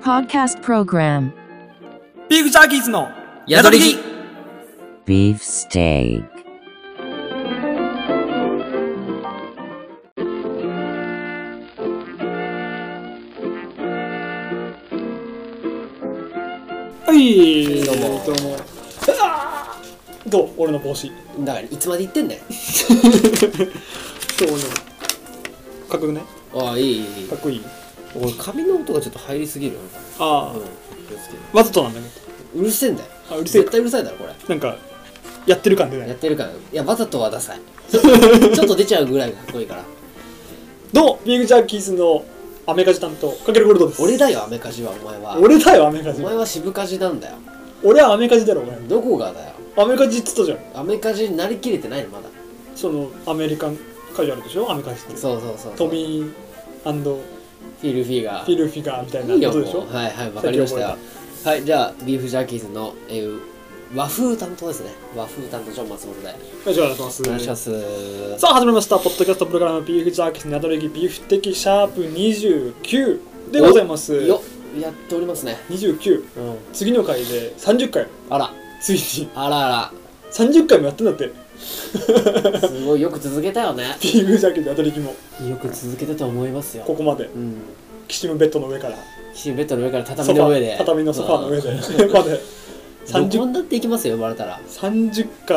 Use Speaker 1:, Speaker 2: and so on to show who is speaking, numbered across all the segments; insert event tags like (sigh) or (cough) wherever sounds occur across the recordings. Speaker 1: Podcast program.
Speaker 2: ビーフジャーキーズの
Speaker 3: 宿り着
Speaker 1: Beef steak.
Speaker 2: はい
Speaker 3: どうも
Speaker 2: どうもあーどう俺の帽子
Speaker 3: だからいつまで言ってんだ
Speaker 2: (laughs)
Speaker 3: よ
Speaker 2: どうよかっこよくない
Speaker 3: ああいいいいいい
Speaker 2: かっこいい
Speaker 3: 俺髪の音がちょっと入りすぎるよ
Speaker 2: あ
Speaker 3: う
Speaker 2: あ、
Speaker 3: ん気をつけて
Speaker 2: わざとなんだけど
Speaker 3: うるせえんだよ
Speaker 2: あうるせえ
Speaker 3: 絶対うるさいだろこれ
Speaker 2: なんかやってる感出な
Speaker 3: やっ
Speaker 2: い
Speaker 3: てるからいやわざとはダサいち
Speaker 2: (laughs)
Speaker 3: ょっと出ちゃうぐらいかっこいいから
Speaker 2: どうビーフジャーキーズのアメカジ担当かけるゴールドです
Speaker 3: 俺だよアメカジはお前は
Speaker 2: 俺だよアメカ
Speaker 3: お
Speaker 2: ジ
Speaker 3: 前は渋カジなんだよ
Speaker 2: 俺はアメカジだろお前
Speaker 3: どこがだよ
Speaker 2: アメカジっつったじゃん
Speaker 3: アメカジになりきれてないのまだ
Speaker 2: そのアメリカンカジュアルでしょアメカジって
Speaker 3: そうそうそうそう
Speaker 2: トミー
Speaker 3: フィルフィガー
Speaker 2: フィルフィガーみたい
Speaker 3: いい
Speaker 2: な
Speaker 3: よ
Speaker 2: こ
Speaker 3: も
Speaker 2: とでしょ
Speaker 3: うはいはいわかりましたよ
Speaker 2: さっき
Speaker 3: はいじゃあビーフジャーキーズの、えー和風担当ですね和風担当ジョン松本で
Speaker 2: お願いします
Speaker 3: お願いします
Speaker 2: さあ始まりました、ポッドキャストプログラム、ビーフジャーキーズなどれぎビーフ的シャープ29でございます。
Speaker 3: よやっておりますね
Speaker 2: 29、
Speaker 3: うん
Speaker 2: 次の回で30回、
Speaker 3: あら
Speaker 2: ついに
Speaker 3: あら
Speaker 2: 30回もやったんだって、
Speaker 3: あらすごいよく続けたよね
Speaker 2: ビーフジャーキーズなどれぎも、
Speaker 3: よく続けたと思いますよ
Speaker 2: ここまで、
Speaker 3: うん
Speaker 2: キシムベッドの上から、
Speaker 3: キシンベッドの上から
Speaker 2: ソ
Speaker 3: 畳
Speaker 2: フ
Speaker 3: の上で
Speaker 2: ァ畳のソファーの上で、
Speaker 3: (laughs)
Speaker 2: まで、
Speaker 3: うんどこ
Speaker 2: 30
Speaker 3: にだって行きますよ呼ばれたら
Speaker 2: 30回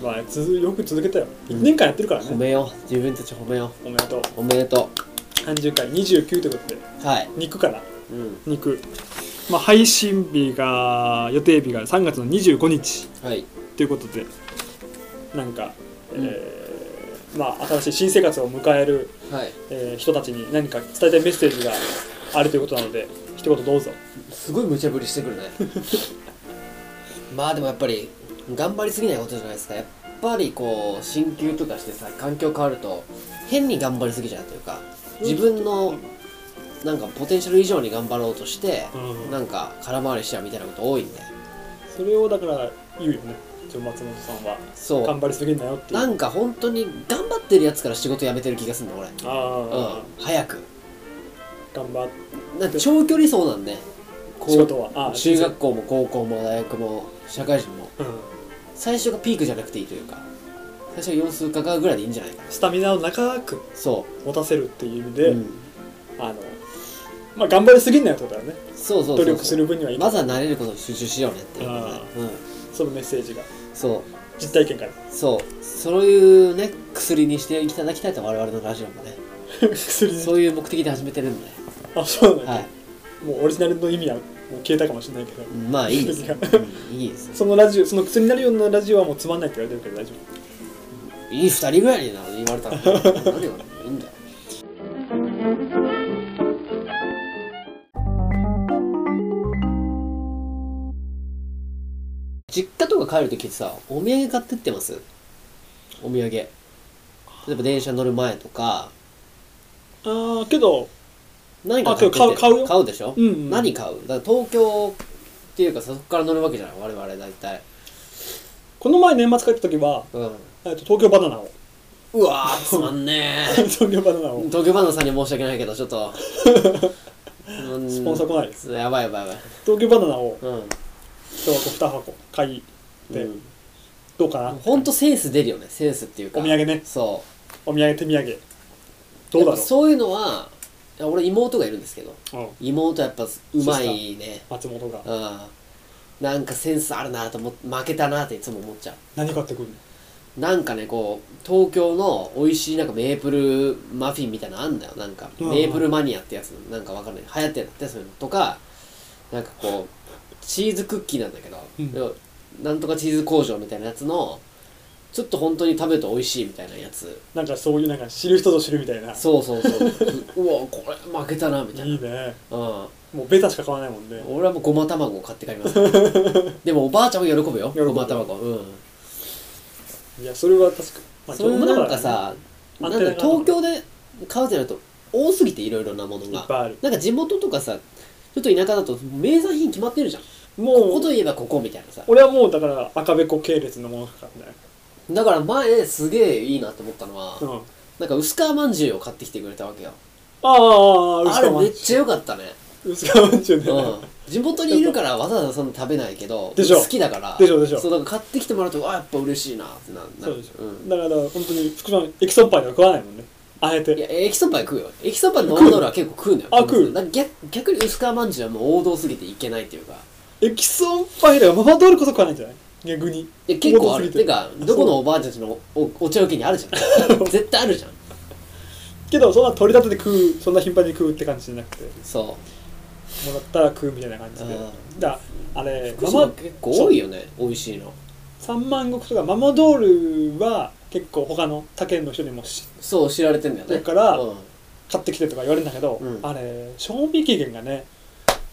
Speaker 2: はつづよく続けたよ。1年間やってるから
Speaker 3: 褒
Speaker 2: ね。
Speaker 3: めよう自分たち褒めよ
Speaker 2: おめでとう。
Speaker 3: うおめでと
Speaker 2: 30回、29ということで、
Speaker 3: うはい
Speaker 2: 肉から。
Speaker 3: うん
Speaker 2: 肉、まあ、配信日が予定日が3月の25日
Speaker 3: はい
Speaker 2: ということでなんか、
Speaker 3: うん
Speaker 2: えーまあ、新しい新生活を迎える、
Speaker 3: はい
Speaker 2: えー人たちに何か伝えたいメッセージがあるということなので一言どうぞ
Speaker 3: すごい無茶ぶりしてくる
Speaker 2: (laughs)
Speaker 3: ねまあでもやっぱり頑張りすぎないことじゃないですかやっぱりこう進級とかしてさ環境変わると変に頑張りすぎちゃうというか自分のなんかポテンシャル以上に頑張ろうとして、
Speaker 2: うん
Speaker 3: なんか空回りしちゃうみたいなこと多いんで
Speaker 2: それをだから言うよねちょ松本さんは
Speaker 3: そ
Speaker 2: 頑張りすぎんなよって
Speaker 3: う
Speaker 2: いう
Speaker 3: な
Speaker 2: あ
Speaker 3: んか本当に頑張ってるやつから仕事辞めてる気がするの俺うん
Speaker 2: あ、
Speaker 3: 早く
Speaker 2: 頑張っ
Speaker 3: なんか長距離走なんでこう
Speaker 2: 仕事はあー
Speaker 3: 中学校も高校も大学も社会人も
Speaker 2: うん
Speaker 3: 最初がピークじゃなくていいというか最初は様子伺うぐらいでいいんじゃないかな
Speaker 2: スタミナを長く
Speaker 3: そ
Speaker 2: 持たせるっていう意味
Speaker 3: う、
Speaker 2: で、
Speaker 3: うん
Speaker 2: あのまあ、頑張りすぎんなよってことだよね
Speaker 3: そうそうそうそう
Speaker 2: 努力する分にはいい
Speaker 3: まずは慣れることに集中しようねっていうことね
Speaker 2: そのメッセージが
Speaker 3: うんそう
Speaker 2: 実体験から
Speaker 3: そうそういうね薬にしていただきたいと我々のラジオもね
Speaker 2: (laughs) 薬に
Speaker 3: そういう目的で始めてるんで、
Speaker 2: あそうなんだ、
Speaker 3: はい
Speaker 2: もうオリジナルの意味はもう消えたかもしれないけど、
Speaker 3: うんまあいい
Speaker 2: (laughs)
Speaker 3: ですよ、
Speaker 2: いや
Speaker 3: うんいいですよ
Speaker 2: そのラジオその薬になるようなラジオはもうつまんないって言われてるけど大丈
Speaker 3: いい二人ぐらいにな言われたら何よいいんだよ実家とか帰るときってさお土産買ってってますお土産例えば電車乗る前とか
Speaker 2: 夫ああけど
Speaker 3: 何か買ってって
Speaker 2: あ買う買うよ
Speaker 3: 買うでしょ、
Speaker 2: うんうん
Speaker 3: 何買うだから東京っていうかさそこから乗るわけじゃない我々大体、
Speaker 2: この前年末帰った時は、
Speaker 3: うん、
Speaker 2: えっと、東京バナナを (laughs)
Speaker 3: うわーつまんねえ
Speaker 2: 東京バナナを
Speaker 3: 東京バナナさんには申し訳ないけどちょっ
Speaker 2: (laughs)
Speaker 3: とス
Speaker 2: スポンサー来ないです
Speaker 3: やばいやばいや
Speaker 2: 東京バナナを
Speaker 3: ばいうん
Speaker 2: 一箱二箱買いで、
Speaker 3: うん
Speaker 2: どうかな
Speaker 3: ほんとセンス出るよねセンスっていうか
Speaker 2: お土産ね
Speaker 3: そ
Speaker 2: お土産手土
Speaker 3: う
Speaker 2: 産どうだ
Speaker 3: や
Speaker 2: ろ
Speaker 3: っぱそういうのはいや俺妹がいるんですけど
Speaker 2: う、うん、
Speaker 3: 妹やっぱうまいね
Speaker 2: 松本が
Speaker 3: うんなんかセンスあるなと思って負けたなっていつも思っちゃ
Speaker 2: 何買ってくるの
Speaker 3: うなんかねこう東京の美味しいなんかメープルマフィンみたいなのあんだよなんか
Speaker 2: うん
Speaker 3: メープルマニアってやつなんかわかんない流行ってんだってそういうのとかなんかこうチーズクッキーなんだけど、
Speaker 2: うん
Speaker 3: 要はなんとかチーズ工場みたいなやつのちょっと本当に食べると美味しいみたいなやつ
Speaker 2: なんかそういうなんか知る人ぞ知るみたいな
Speaker 3: そうそうそう
Speaker 2: (laughs)
Speaker 3: うわこれ負けたなみたい
Speaker 2: い
Speaker 3: な、
Speaker 2: いね
Speaker 3: うん、
Speaker 2: もうベタしか買わないもんね
Speaker 3: 俺はもうごま卵を買って帰ります
Speaker 2: (laughs)
Speaker 3: でもおばあちゃんも喜ぶよ
Speaker 2: 喜ぶ
Speaker 3: ごま卵うん
Speaker 2: いやそれは確かまあ
Speaker 3: そういう
Speaker 2: 丈夫
Speaker 3: なんか
Speaker 2: だらね
Speaker 3: さ、
Speaker 2: ま
Speaker 3: な
Speaker 2: あ
Speaker 3: んだろう東京で買うってなると多すぎていろいろなもの
Speaker 2: いっぱいあ
Speaker 3: が
Speaker 2: る
Speaker 3: なんか地元とかさちょっと田舎だと名産品決まってるじゃん
Speaker 2: も
Speaker 3: ここ
Speaker 2: う
Speaker 3: といえばここみたいなさ
Speaker 2: 俺はもうだから赤べこ系列のものしか買ってない
Speaker 3: だから前すげえいいなと思ったのは、
Speaker 2: うん
Speaker 3: なんか薄皮まんじゅうを買ってきてくれたわけよ
Speaker 2: あああああ
Speaker 3: あ
Speaker 2: ああ (laughs)
Speaker 3: れめっちゃ良かったね
Speaker 2: 薄皮まんじゅうね、
Speaker 3: うん、地元にいるからわざわざそんな食べないけど
Speaker 2: でしょ
Speaker 3: 好きだから
Speaker 2: でしょでしょ
Speaker 3: そうだから買ってきてもらうとあやっぱ嬉しいなってなな
Speaker 2: そ
Speaker 3: る
Speaker 2: うでしょ、
Speaker 3: ん、
Speaker 2: だから本当に福島エキソンパイなんか食わないもんねあえ
Speaker 3: いや
Speaker 2: て
Speaker 3: エキソンパイ食うよエキソンパイの王道は結構食うのよ
Speaker 2: あ食う
Speaker 3: だから逆逆に薄皮まんじゅうはもう王道すぎていけないっていうか
Speaker 2: エキソンパイだからママドールこそ食わないんじゃない逆に
Speaker 3: いや結構ある
Speaker 2: 王道す
Speaker 3: て
Speaker 2: ぎ
Speaker 3: かどこのおばあちゃんちのおお茶受けにあるじゃん絶対あるじゃん
Speaker 2: けどそんな取り立てて食うそんな頻繁に食うって感じじゃなくて
Speaker 3: そ
Speaker 2: もらったら食うみたいな感じで
Speaker 3: うん
Speaker 2: だあれ
Speaker 3: う福
Speaker 2: マ
Speaker 3: 島
Speaker 2: マ
Speaker 3: 結構多いよね美味しいの
Speaker 2: 三万石とかママドールは結構他の他県の人にもし
Speaker 3: そう知られてんだよね
Speaker 2: だから
Speaker 3: うん
Speaker 2: 買ってきてとか言われるんだけど、
Speaker 3: うん
Speaker 2: あれ賞味期限がね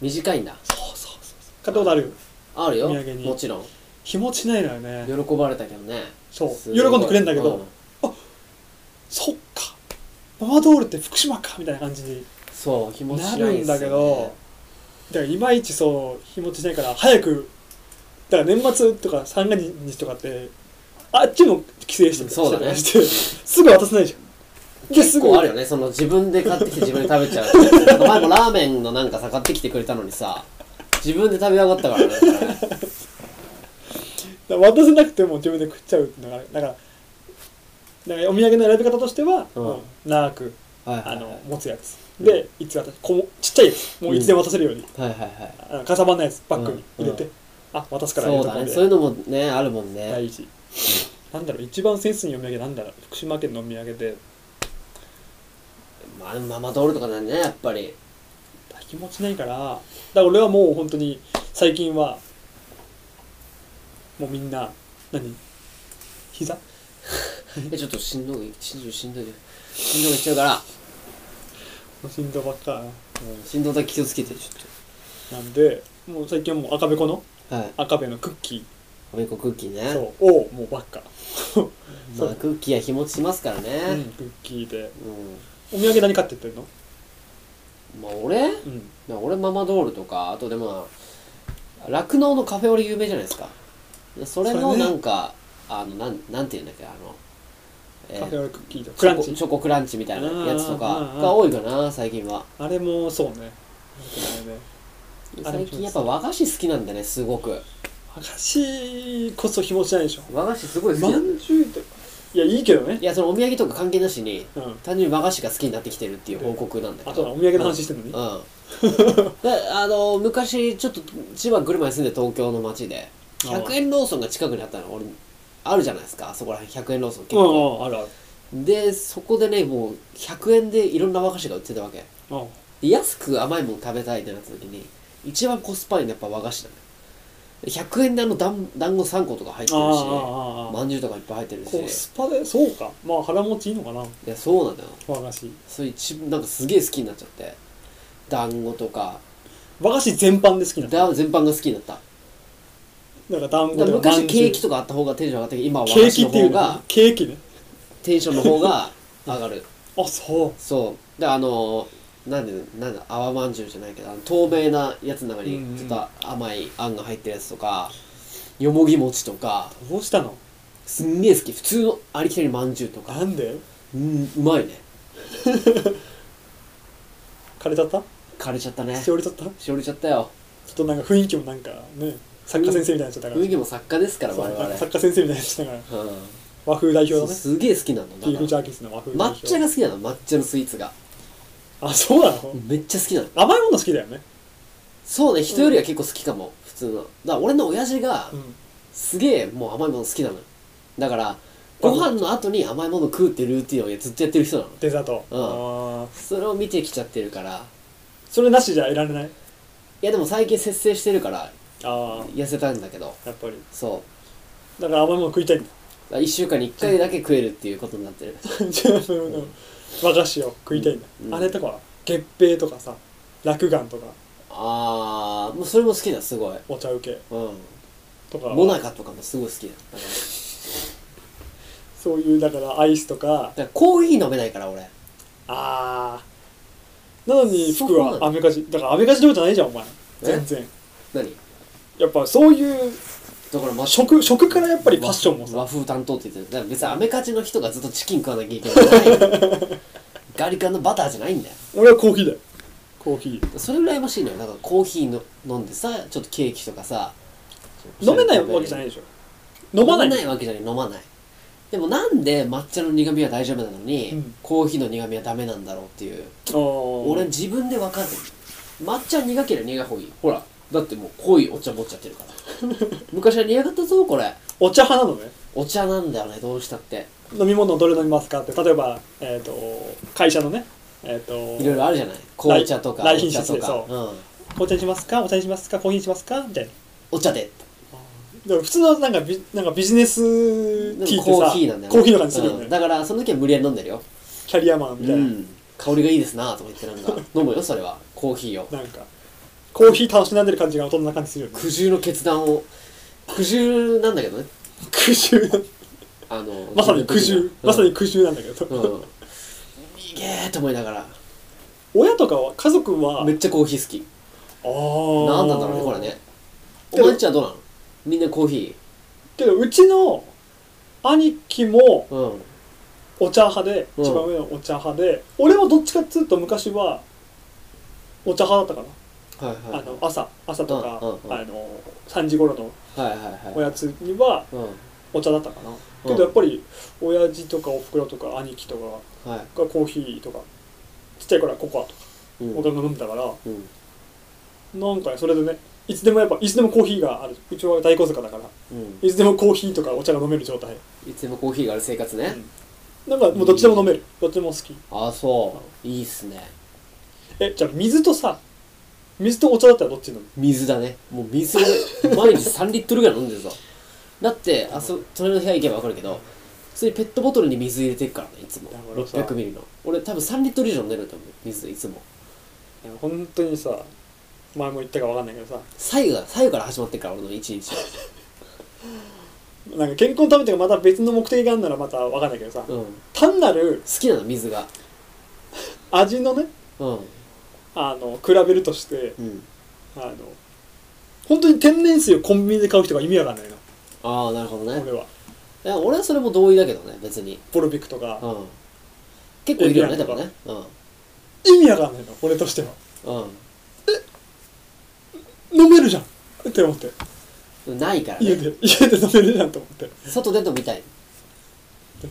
Speaker 3: 短いんだ
Speaker 2: そうそうそうそう買ったことある
Speaker 3: あるよ
Speaker 2: お土産に
Speaker 3: もちろん
Speaker 2: 日持ちないのよね
Speaker 3: 喜ばれたけどね
Speaker 2: そう
Speaker 3: すごい
Speaker 2: 喜んでくれんだけど
Speaker 3: う
Speaker 2: そっかママドールって福島かみたいな感じに
Speaker 3: そう日持ち
Speaker 2: な
Speaker 3: し
Speaker 2: る
Speaker 3: ない
Speaker 2: ん
Speaker 3: ん
Speaker 2: だけどだからいまいちそう日持ちしないから早くだから年末とか三が日とかってあっちも帰省して
Speaker 3: そうだね
Speaker 2: してすぐ渡せないじゃんです
Speaker 3: 結
Speaker 2: ぐ
Speaker 3: 構あるよね (laughs) その自分で買ってきて自分で食べちゃう前もラーメンのなんかさ買ってきてくれたのにさ自分で食べやがったからねそれね
Speaker 2: だから渡せなくても自分で食っちゃうっていうのがだからだからお土産の選び方としては、
Speaker 3: うん
Speaker 2: もう長く
Speaker 3: はいは
Speaker 2: あ
Speaker 3: い
Speaker 2: の持つやつでいつ渡すこうちっちゃいやつもういつでも渡せるように、
Speaker 3: はいはいはい
Speaker 2: あのかさばんないやつバッグに入れて、
Speaker 3: うん
Speaker 2: あ渡すから
Speaker 3: そうだねそういうのもねあるもんね
Speaker 2: 大事なんだろう一番センスにお土産なんだろう福島県のお土産で
Speaker 3: まあママドールとかだねやっぱり
Speaker 2: 気持ちないからだから俺はもう本当に最近はもうみんな何膝
Speaker 3: えちょっとしんどいしんどいしんどいしんどいっちゃうから
Speaker 2: 心臓ばっか
Speaker 3: 振動だけ気をつけてちょ
Speaker 2: なんでもう最近はもう赤べこの
Speaker 3: っとはい
Speaker 2: 赤べのクッキ
Speaker 3: おめこクッキー
Speaker 2: ー
Speaker 3: ね
Speaker 2: そうをもうばっか、
Speaker 3: まあクッキーは日持ちしますから
Speaker 2: う
Speaker 3: ね
Speaker 2: ん、クッキーで
Speaker 3: うん
Speaker 2: お土産何買ってってんの
Speaker 3: まあ俺
Speaker 2: うん
Speaker 3: まあ俺ママドールとかあとでも酪農のカフェオレ有名じゃないですかでそれ
Speaker 2: そ
Speaker 3: の
Speaker 2: れね
Speaker 3: なんか、あのなんなんていうんだっけあの、えー
Speaker 2: カフェオレクッキーとかクラン
Speaker 3: チョコ
Speaker 2: チ
Speaker 3: チョコクランチみたいなやつとか
Speaker 2: うんうんうん
Speaker 3: が多いかな最近は
Speaker 2: あれもそうねあれねあれも
Speaker 3: 最近やっぱ和菓子好きなんだねすごく
Speaker 2: 和菓子こそ日持ちないでしょ
Speaker 3: 和菓子すごい好き
Speaker 2: ま
Speaker 3: なんだ
Speaker 2: んじゅうとかいやいいけどね
Speaker 3: いやそのお土産とか関係なしに
Speaker 2: うん
Speaker 3: 単純に和菓子が好きになってきてるっていう報告なんだけ
Speaker 2: あとは
Speaker 3: ど
Speaker 2: お土産の話してんのに、
Speaker 3: うん、であの昔ちょっと千葉車に住んで東京の街で100円ローソンが近くにあったの俺あるじゃないですかそこら辺100円ローソン結
Speaker 2: うん
Speaker 3: 構、
Speaker 2: うんあるある
Speaker 3: でそこでねもう100円でいろんな和菓子が売ってたわけ
Speaker 2: うん
Speaker 3: で安く甘いもの食べたいってなった時に一番コスパいいのはやっぱ和菓子なのよで100円であのだん団子3個とか入って
Speaker 2: ああ
Speaker 3: るし
Speaker 2: ああああ
Speaker 3: まんじゅうとかいっぱい入ってる
Speaker 2: コ
Speaker 3: し
Speaker 2: スパでそうかまあ腹持ちいいのかない
Speaker 3: やそうなのよ
Speaker 2: 和菓子
Speaker 3: それ一なんかすげえ好きになっちゃって団子とか
Speaker 2: 和菓子全般で好きなの
Speaker 3: だ全般が好きになった
Speaker 2: なんか団
Speaker 3: だか
Speaker 2: 子
Speaker 3: ら
Speaker 2: とか
Speaker 3: 昔ケーキ
Speaker 2: と
Speaker 3: とかあった方がテンション上がって今は和
Speaker 2: ケー
Speaker 3: 菓子
Speaker 2: キっ
Speaker 3: の
Speaker 2: ていう
Speaker 3: 方
Speaker 2: のか
Speaker 3: が
Speaker 2: ケーキね
Speaker 3: テンションの方が上がる
Speaker 2: あそう
Speaker 3: そうであのなんでなんだ泡まんじゅうじゃないけどあの透明なやつの中
Speaker 2: うんう
Speaker 3: に
Speaker 2: ん
Speaker 3: ちょっと甘いあんが入ってるやつとかよもぎ餅とか
Speaker 2: どうしたの
Speaker 3: すんげえ好き普通のありきたりまんじゅうとか
Speaker 2: なんで
Speaker 3: うんうまいね
Speaker 2: 枯れちゃった
Speaker 3: 枯れちゃったね
Speaker 2: しおれちゃったちょ
Speaker 3: しおれちゃったよ
Speaker 2: っとなんか雰囲気もなんかね作家先生みたいになっちゃったから
Speaker 3: 雰囲気も作家ですから
Speaker 2: そう
Speaker 3: 我々、うん、
Speaker 2: 作家先生みたいになっちゃったから
Speaker 3: そ
Speaker 2: 和風代表
Speaker 3: う
Speaker 2: だね
Speaker 3: すげえ好きなの
Speaker 2: ビー
Speaker 3: だ
Speaker 2: フジ
Speaker 3: か
Speaker 2: ャーキースの和風
Speaker 3: ら抹
Speaker 2: 代表
Speaker 3: 茶が好きなの抹茶のスイーツが
Speaker 2: あそうなの
Speaker 3: めっちゃ好きなの
Speaker 2: 甘いもの好きだよね
Speaker 3: そうね人よりは結構好きかも、普通のだから俺の親父が
Speaker 2: うん
Speaker 3: すげえもう甘いもの好きなのよだから
Speaker 2: バ
Speaker 3: ご
Speaker 2: カ
Speaker 3: 飯の後に甘いもの食うってルーティンをずっとやってる人なの
Speaker 2: デザート
Speaker 3: うん
Speaker 2: あー
Speaker 3: それを見てきちゃってるから
Speaker 2: それなしじゃいられない
Speaker 3: いやでも最近節制してるから
Speaker 2: あ
Speaker 3: 痩せたんだけど
Speaker 2: あやっぱり
Speaker 3: そ
Speaker 2: だから甘いもの食いたいんだ
Speaker 3: う1週間に1回だけ食えるっていうことになってる
Speaker 2: じゃあその和菓子を食いたいんだ、
Speaker 3: うん
Speaker 2: あれとかは月餅とかさ落雁とか
Speaker 3: ああもうそれも好きだすごい
Speaker 2: お茶受け
Speaker 3: うん
Speaker 2: とか
Speaker 3: もなかとかもすごい好きだだから
Speaker 2: そういうだからアイスとか
Speaker 3: だからコーヒー飲めないから俺
Speaker 2: あーなのに服
Speaker 3: そうな
Speaker 2: は
Speaker 3: の
Speaker 2: アメカジだからアメカジどころじゃないじゃんお前
Speaker 3: え
Speaker 2: 全然
Speaker 3: 何
Speaker 2: やっぱそういう
Speaker 3: だからま
Speaker 2: 食食からやっぱりパッションもさ
Speaker 3: 和風担当って言ってるだから別にアメカジの人が
Speaker 2: (laughs)
Speaker 3: ずっとチキン食わなきゃいけないんじゃないガリカンのバターじゃないんだよ
Speaker 2: 俺はコーヒーだよコーヒー
Speaker 3: それ羨ましいのよなんかコーヒーの飲んでさちょっとケーキとかさ
Speaker 2: 飲めないわけじゃないいでしょ飲まない
Speaker 3: 飲めないわけじゃない飲まないでもなんで抹茶の苦味は大丈夫なのに、
Speaker 2: うん
Speaker 3: コーヒーの苦味はダメなんだろうっていう俺
Speaker 2: 俺
Speaker 3: 自分で分かる抹茶苦ければ苦い方がいいほらだってもう濃いお茶持っちゃってるから
Speaker 2: (laughs)
Speaker 3: 昔は苦かったぞこれ
Speaker 2: お茶派なのね
Speaker 3: お茶なんだよねどうしたって
Speaker 2: 飲み物どれ飲みますかって例えば、えー、と会社のね、えー、と
Speaker 3: いろいろあるじゃない紅茶とか
Speaker 2: 来
Speaker 3: お茶
Speaker 2: 来賓室
Speaker 3: と
Speaker 2: で
Speaker 3: か
Speaker 2: そ
Speaker 3: うん、
Speaker 2: 紅茶にしますかお茶にしますかコーヒーにしますかみたいな
Speaker 3: お茶で
Speaker 2: でも普通のなんかビなんかビジネス
Speaker 3: で
Speaker 2: ティー
Speaker 3: も
Speaker 2: って
Speaker 3: コ
Speaker 2: さ
Speaker 3: ーヒーなんだよね
Speaker 2: コーヒーの感じするよね、
Speaker 3: うんだからその時は無理やり飲んでるよ
Speaker 2: キャリアマンみたいな、
Speaker 3: うん、香りがいいですなとか言って
Speaker 2: (laughs)
Speaker 3: なんか飲むよそれはコーヒーを
Speaker 2: なんかコーヒー楽しんでる感じが大人な感じするよね
Speaker 3: 苦渋の決断を苦渋なんだけどね (laughs)
Speaker 2: 苦渋
Speaker 3: あの
Speaker 2: まさに苦渋、まさに苦渋なんだけど、
Speaker 3: うん、うん、いけーと思いながら
Speaker 2: 親とかは家族は
Speaker 3: めっちゃコーヒー好き
Speaker 2: あー
Speaker 3: なんなんだろうねこれね
Speaker 2: で
Speaker 3: お
Speaker 2: も
Speaker 3: 前んちはどうなのみんなコーヒ
Speaker 2: けどうちの兄貴も
Speaker 3: ーうん
Speaker 2: お茶派で、
Speaker 3: うん
Speaker 2: 一番上のお茶派で俺はどっちかっつうと昔はお茶派だったか
Speaker 3: はい
Speaker 2: な、
Speaker 3: はい
Speaker 2: あの朝朝とか、
Speaker 3: うんうんうん
Speaker 2: あの3時頃の
Speaker 3: はいはい
Speaker 2: お
Speaker 3: はい
Speaker 2: やつには
Speaker 3: うん
Speaker 2: お茶だったかな、け
Speaker 3: うん
Speaker 2: どやっぱり親父とかおふくろとか兄貴とか
Speaker 3: は
Speaker 2: がコーヒーとかちっちゃい頃はココアとか
Speaker 3: いうん
Speaker 2: 僕が飲んでたから、
Speaker 3: うん
Speaker 2: なんかねそれでねいつでもやっぱいつでもコーヒーがあるうちは大小塚だから
Speaker 3: うん
Speaker 2: いつでもコーヒーとかお茶が飲める状態
Speaker 3: いつでもコーヒーがある生活ね
Speaker 2: なんかもうどっちでも飲める、どっちでも好き
Speaker 3: ああそういいっすね
Speaker 2: えじゃあ水とさ水とお茶だったらどっち飲む
Speaker 3: 水だねもう水を毎日3リットルぐらい飲んでるぞだってあそ隣の部屋行けば分かるけど普通にペットボトルに水入れてるからねいつも
Speaker 2: だからさ
Speaker 3: 600ミリの俺多分3リットル以上飲んでると思う水いつも
Speaker 2: 本当にさ前も言ったかわかんないけどさ
Speaker 3: 左右が左右から始まってるから俺の一日は
Speaker 2: なんか健康のためとかまた別の目的があるならまたわかんないけどさ、
Speaker 3: うん好
Speaker 2: 単なる
Speaker 3: きなの水が
Speaker 2: 味のね
Speaker 3: うん
Speaker 2: あの比べるとして
Speaker 3: うん
Speaker 2: あの本当に天然水をコンビニで買う人が意味わかんないな
Speaker 3: ああなるほどね
Speaker 2: 俺はい
Speaker 3: や俺はそれも同意だけどね別に
Speaker 2: ボルビックとか
Speaker 3: うん結構いるよね
Speaker 2: エビ
Speaker 3: で
Speaker 2: アンとか
Speaker 3: もねうん
Speaker 2: 意味わかんないの俺としては
Speaker 3: う
Speaker 2: 飲めるじゃんって思って
Speaker 3: んないからね
Speaker 2: 家で家で飲めるじゃんと思って
Speaker 3: 外出ても見たい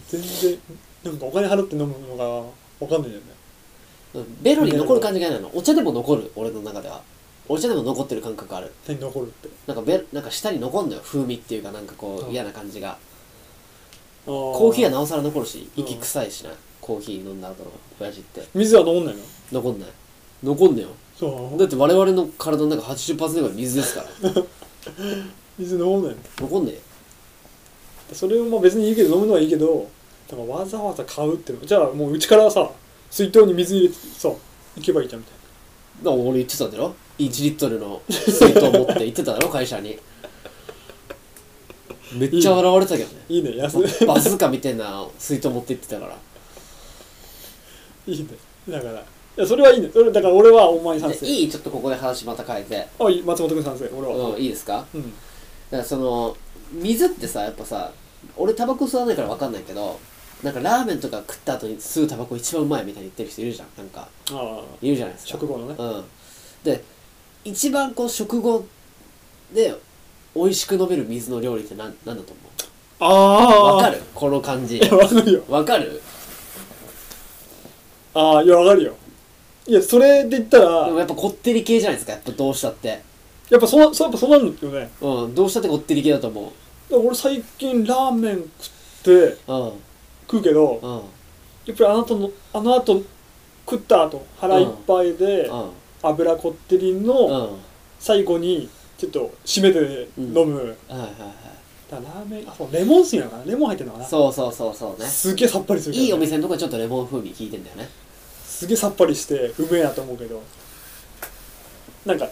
Speaker 2: 全然なんかお金払って飲むのがわかんないよね
Speaker 3: うんベロに残る感じが嫌なのお茶でも残る俺の中ではお茶でも残ってる感覚ある
Speaker 2: 手に残るって
Speaker 3: なんかベなんか舌に残んのよ風味っていうかなんかこ
Speaker 2: う
Speaker 3: うん嫌な感じが
Speaker 2: コ
Speaker 3: コーヒーはなおさら残るし
Speaker 2: うん
Speaker 3: 息臭いしなコーヒー飲んだ後の親父って
Speaker 2: 水は飲んないの
Speaker 3: 残んない残んねよ
Speaker 2: そう
Speaker 3: だって我々の体の中80%ぐらい水ですから (laughs)
Speaker 2: 水飲んないの
Speaker 3: 残んねえよ
Speaker 2: それも別にいいけど飲むのはいいけどでもわざわざ買うってのじゃあもううちからさ水筒に水入れてさ行けばいいじゃんみたい
Speaker 3: だから俺言ってたんだろ1リットルの水筒持って行ってただろ会社にめっちゃ笑われてたけど
Speaker 2: (laughs)
Speaker 3: ね
Speaker 2: ないいね安い
Speaker 3: バズーカみたいな水筒持って行ってたから
Speaker 2: いいねだからいやそれはいいねそれだから俺はお前に賛
Speaker 3: で
Speaker 2: 成
Speaker 3: いいちょっとここで話また変えて、
Speaker 2: あいい松本君賛成俺は
Speaker 3: うん、いいですか
Speaker 2: うん
Speaker 3: だからその水ってさやっぱさ俺タバコ吸わないから分かんないけどなんかラーメンとか食った後に吸うタバコ一番うまいみたいに言ってる人いるじゃんなんか
Speaker 2: ああ
Speaker 3: いるじゃないですか
Speaker 2: 食後のね
Speaker 3: うんで一番こう食後で美味しく飲める水の料理って何何だと思う
Speaker 2: あ
Speaker 3: 分か
Speaker 2: る
Speaker 3: るこの感
Speaker 2: (laughs)
Speaker 3: じ
Speaker 2: いやわかるよ
Speaker 3: 分かる
Speaker 2: ああいやわかるよいやそれで言ったら
Speaker 3: でもやっぱこってり系じゃないですかやっぱどうしたって
Speaker 2: やっぱそうそうやっぱそうなるんだよねだか
Speaker 3: うんどうしたってこってり系だと思
Speaker 2: ら俺最近ラーメン食って
Speaker 3: ううん
Speaker 2: 食うけど
Speaker 3: うん
Speaker 2: やっぱりあの後のあの後食った後腹いっぱいで
Speaker 3: うん
Speaker 2: 油こってりの
Speaker 3: うん
Speaker 2: 最後にちょっと締めで飲む、
Speaker 3: はいはいはい
Speaker 2: だからラーメンあそうレモン水なのかなレモン入ってるのかな
Speaker 3: そうそうそうそうね
Speaker 2: すげえさっぱりするけどね
Speaker 3: いいお店のとこにちょっとレモン風味効いてんだよね
Speaker 2: すげえさっぱりしてうめえなと思うけどなんか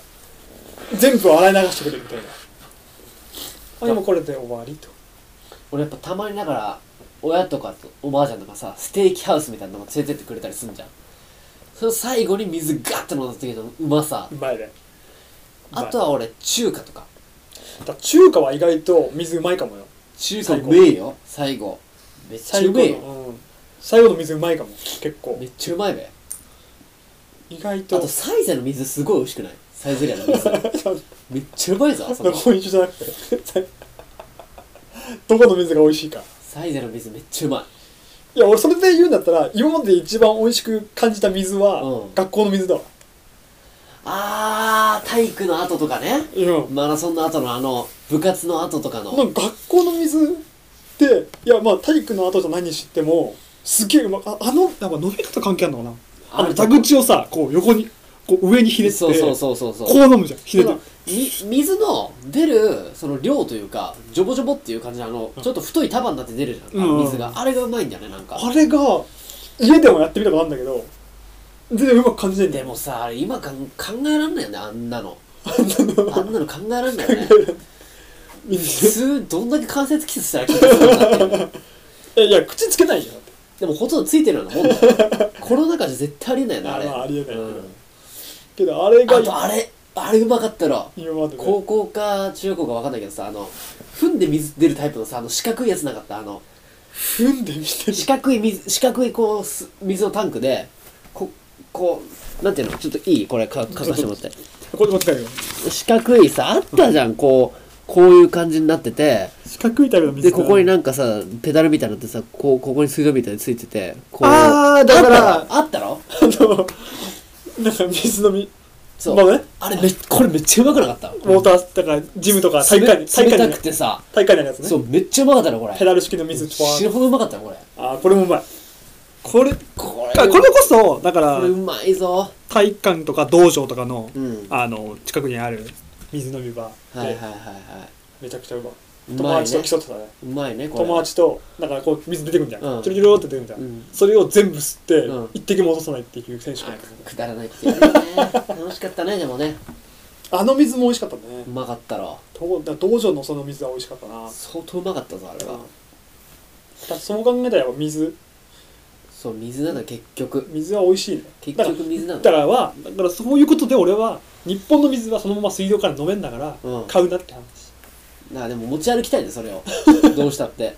Speaker 2: 全部洗い流してくれるみたいなあでもこれで終わりと
Speaker 3: 俺やっぱたまにだから親とかとおばあちゃんとかさステーキハウスみたいなのも連れてってくれたりすんじゃんその最後に水ガッて飲んだ時のうまさ
Speaker 2: うまいねうま
Speaker 3: あ
Speaker 2: い
Speaker 3: とは俺中華とか
Speaker 2: だから中華は意外と水うまいかもよ
Speaker 3: 中
Speaker 2: 華
Speaker 3: 華
Speaker 2: う
Speaker 3: う
Speaker 2: め
Speaker 3: め
Speaker 2: え
Speaker 3: えよ最後めっちゃ
Speaker 2: 最
Speaker 3: う
Speaker 2: 後
Speaker 3: めえ
Speaker 2: の、
Speaker 3: よ
Speaker 2: うん、最後の水うまいかも結構
Speaker 3: めっちゃうまいべ
Speaker 2: 意意外
Speaker 3: あ
Speaker 2: と
Speaker 3: とサイゼの水すごい美味しくないサイゼリアの水めっちゃうまい (laughs) ぞあそ
Speaker 2: ど
Speaker 3: こ
Speaker 2: こ一緒じゃなくて (laughs) どこの水が美味しいか
Speaker 3: サイゼの水めっちゃうまい
Speaker 2: いや俺それで言うんだったら今まで一番美味しく感じた水は、
Speaker 3: うん
Speaker 2: 学校の水だわ
Speaker 3: あー体育の後とかね
Speaker 2: うん
Speaker 3: マラソンの後のあの部活の後とかの
Speaker 2: なんか学校の水っていやまあ体育の後じゃ何知ってもすげえうまああのやっぱ飲み方関係あるのかなあの蛇口をさこう横にこう上にひねって
Speaker 3: そうそうそうそうそう
Speaker 2: こう飲むじゃんひね
Speaker 3: そ
Speaker 2: て
Speaker 3: のみ水の出るその量というかジョボジョボっていう感じのあのちょっと太い束になって出るじゃん、
Speaker 2: うん
Speaker 3: 水があれがうまいんだよねなんか
Speaker 2: あれが家でもやってみたことあるんだけど全然うまく感じないんだ
Speaker 3: で
Speaker 2: よ
Speaker 3: もさあれ今かん考えらんないよねあんなのあんなの考えらんないよね普通どんだけ関節キスしたら効くそうになってるの
Speaker 2: (laughs) えいや口つけないじゃんだって
Speaker 3: でもほとんどついてるようなもんだよコロナ禍じゃ絶対ありえないよねあれ
Speaker 2: あまあありえない
Speaker 3: うん
Speaker 2: けどあれ
Speaker 3: あ
Speaker 2: が
Speaker 3: とあれあれうまかったろ
Speaker 2: 今までね
Speaker 3: 高校か中高か分かんないけどさあの踏んで水出るタイプのさあの四角いやつなかったあの
Speaker 2: 踏んでみてる
Speaker 3: 四角い水四角いこうす水のタンクでここうなんていうのちょっといいこれか書かせてもらって
Speaker 2: これ持って帰るよ
Speaker 3: 四角いさあったじゃんこうこういう感じになってて
Speaker 2: 四角いタイプの水
Speaker 3: でここに
Speaker 2: ん
Speaker 3: なんかさペダルみたいなのってさこうここに水道みたいについててこう
Speaker 2: あーだから
Speaker 3: あったろあったろ
Speaker 2: あのなんか水飲み
Speaker 3: そう、
Speaker 2: まあね
Speaker 3: あれめっこれめっちゃうまくなかった
Speaker 2: モーターだからジムとか大
Speaker 3: 冷
Speaker 2: 会に大
Speaker 3: 冷
Speaker 2: 会
Speaker 3: た
Speaker 2: に
Speaker 3: くてさ
Speaker 2: 大会のやつ
Speaker 3: そ
Speaker 2: ね
Speaker 3: うめっちゃうまかったのこ
Speaker 2: ペ
Speaker 3: れ
Speaker 2: ダル式の水ちょ
Speaker 3: 死ぬほどうまかったのこれ
Speaker 2: あーこれもうまいこれ
Speaker 3: こ
Speaker 2: あこれこそだから
Speaker 3: これうまいぞ
Speaker 2: 体育館とか道場とかの
Speaker 3: うん
Speaker 2: あの近くにある水飲み場
Speaker 3: はいはい
Speaker 2: で
Speaker 3: はいは
Speaker 2: めちゃくちゃうまい
Speaker 3: いう
Speaker 2: 友
Speaker 3: まい
Speaker 2: 達と
Speaker 3: ね
Speaker 2: 競ってたね
Speaker 3: うまいねこれ
Speaker 2: 友達となんかこう水出てくるじゃん
Speaker 3: うん
Speaker 2: チュルチュルって出てくるじゃん、
Speaker 3: うん
Speaker 2: それを全部吸って
Speaker 3: うん
Speaker 2: 一滴も落とさないっていう選手権、
Speaker 3: くだらないってやるよね楽しかったねでもね
Speaker 2: あの水も美味しかったね
Speaker 3: う、まかったろ
Speaker 2: どうだ道場のその水は美味しかったな、だ
Speaker 3: 相当うまかったぞあれは
Speaker 2: ってそう考えたらやっぱ水
Speaker 3: そう水なんだ結局
Speaker 2: 水は美味しいね
Speaker 3: 結
Speaker 2: だから
Speaker 3: 局水なん
Speaker 2: だ
Speaker 3: だ
Speaker 2: からはだからそういうことで俺は日本の水はそのまま水道から飲めんだから、
Speaker 3: うん
Speaker 2: 買うなって話
Speaker 3: なあでも持ち歩きたいねそれをどうした (laughs) って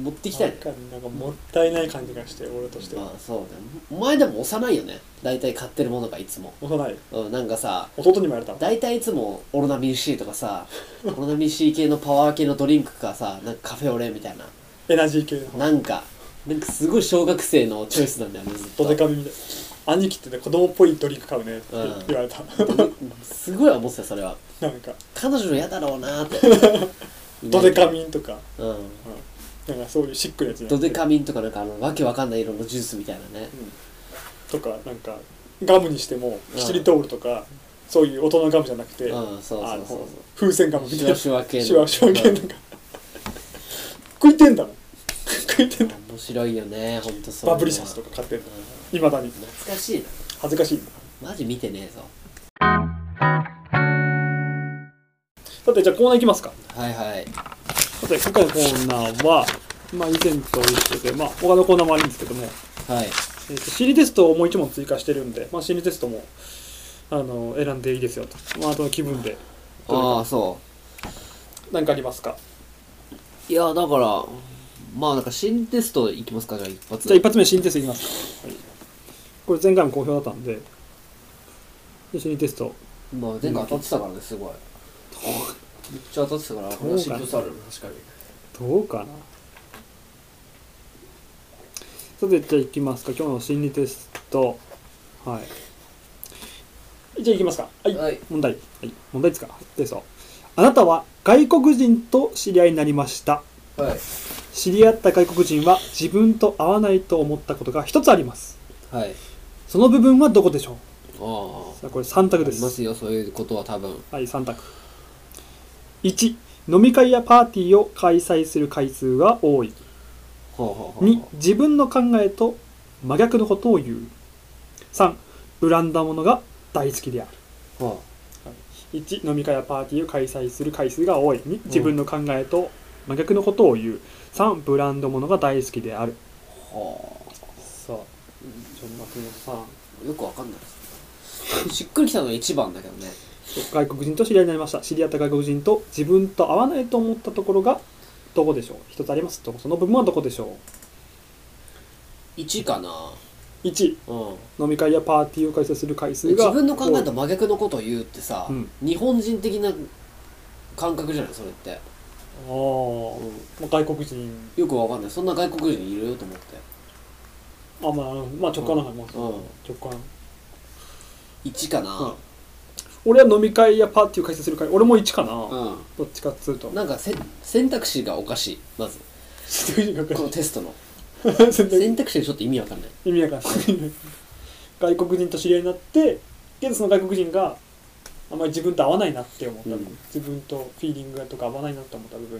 Speaker 3: 持ってきたいね
Speaker 2: なんかなんかもったいない感じがして俺としては
Speaker 3: まあそうねお前でも押さないよね大体買ってるものがいつも
Speaker 2: 幼い
Speaker 3: うんなんかさ
Speaker 2: 弟にもやれたもん
Speaker 3: 大体いつもオロナミン C とか (laughs) さオロナミン C 系のパワー系のドリンクかさなんかカフェオレみたいな
Speaker 2: エナジー系の
Speaker 3: なんかなんかすごい小学生のチョイスなんだよねずっと
Speaker 2: ドデカミみたいな兄貴ってね子供っぽいドリンク買うねって
Speaker 3: うん
Speaker 2: 言われた、 (laughs)
Speaker 3: すごい思ってたよそれは
Speaker 2: なんか
Speaker 3: 彼女嫌だろうなーって (laughs)
Speaker 2: ドデカミンとか、
Speaker 3: うん
Speaker 2: うん、なんかそういうシックなやつじゃな
Speaker 3: ド
Speaker 2: くて
Speaker 3: デカミンとかなんかあのわけわかんない色のジュースみたい (laughs) なね
Speaker 2: とかなんかガムにしても
Speaker 3: うん
Speaker 2: キチリトールとか、そういう大人のガムじゃなくて、
Speaker 3: うんそう
Speaker 2: あ
Speaker 3: そう
Speaker 2: の
Speaker 3: そう
Speaker 2: 風船ガム
Speaker 3: そう
Speaker 2: み
Speaker 3: シ
Speaker 2: た
Speaker 3: ュ
Speaker 2: い
Speaker 3: ワ
Speaker 2: な
Speaker 3: シュワ系の
Speaker 2: シュワシュワ系なんか食いてんだもん食いてんだ
Speaker 3: 面白いよねほんとそういうの
Speaker 2: バ
Speaker 3: は
Speaker 2: ブリシャスとか買ってんだいまだに
Speaker 3: 懐かしい
Speaker 2: 恥ずかしい
Speaker 3: なマジ見てねえぞ
Speaker 2: さてじゃあコーナーいきますか
Speaker 3: はいはい
Speaker 2: さて今回のコーナーはまあ以前と一緒でまあ他のコーナーもあるんですけども
Speaker 3: はい
Speaker 2: えーと心理テストをもう一問追加してるんで、まあ、心理テストもあの選んでいいですよと、まあ、あとの気分で
Speaker 3: ああそ
Speaker 2: 何かありますか
Speaker 3: ういやだからまあなんか新テストいきますかじゃあ一発
Speaker 2: じゃあ一発目心理テストいきます、はい、これ前回も好評だったんでで心理テスト
Speaker 3: まあ前回当たってたからねすごいめっちゃ当たってたからこれは新テストある確かに
Speaker 2: どうかなさてじゃあいきますか今日の心理テストはいじゃあいきますかはい
Speaker 3: はい
Speaker 2: 問題、はい、問題ですかはいテストあなたは外国人と知り合いになりました
Speaker 3: はい
Speaker 2: 知り合った外国人は自分と合わないと思ったことが一つあります
Speaker 3: はい
Speaker 2: その部分はどこでしょう
Speaker 3: ああ
Speaker 2: さあこれ3択
Speaker 3: あ
Speaker 2: で
Speaker 3: ります
Speaker 2: す
Speaker 3: よそういうことは多分
Speaker 2: はい3択1飲み会やパーティーを開催する回数が多い
Speaker 3: ほうほうほう
Speaker 2: 2自分の考えと真逆のことを言う3恨んだものが大好きである
Speaker 3: ほ
Speaker 2: 1飲み会やパーティーを開催する回数が多い2自分の考えと真逆のことを言う3ブランドものが大好きである
Speaker 3: うほ
Speaker 2: さあちょっと松本さん
Speaker 3: うよくわかんないですしっくりきたのが一番だけどね
Speaker 2: 外国人と知り合いになりました知り合った外国人と自分と合わないと思ったところがどこでしょう一つありますとその部分はどこでしょ
Speaker 3: 1かな
Speaker 2: 1
Speaker 3: うん、
Speaker 2: 飲み会やパーティーを開催する回数が
Speaker 3: 自分の考えと真逆のことを言うってさ、
Speaker 2: うん
Speaker 3: 日本人的な感覚じゃないそれって、
Speaker 2: あーまあ外国人
Speaker 3: よくわかんないそんな外国人いるよと思って
Speaker 2: あまあまあ直感なんかもそう、
Speaker 3: うん
Speaker 2: 直感
Speaker 3: 1かな
Speaker 2: 俺は飲み会やパーティーを開催する回俺も1かな、ど
Speaker 3: うん、
Speaker 2: っちかっつうと (laughs)
Speaker 3: なんかせ選択肢がおかしいまずこのテスト (laughs) の
Speaker 2: 全然
Speaker 3: 選択肢がちょっと意味わかんない
Speaker 2: 意味わかんない外国人と知り合いになって現その外国人があんまり自分と合わないなって思った、
Speaker 3: うん
Speaker 2: 自分とフィーリングとか合わないなって思った部分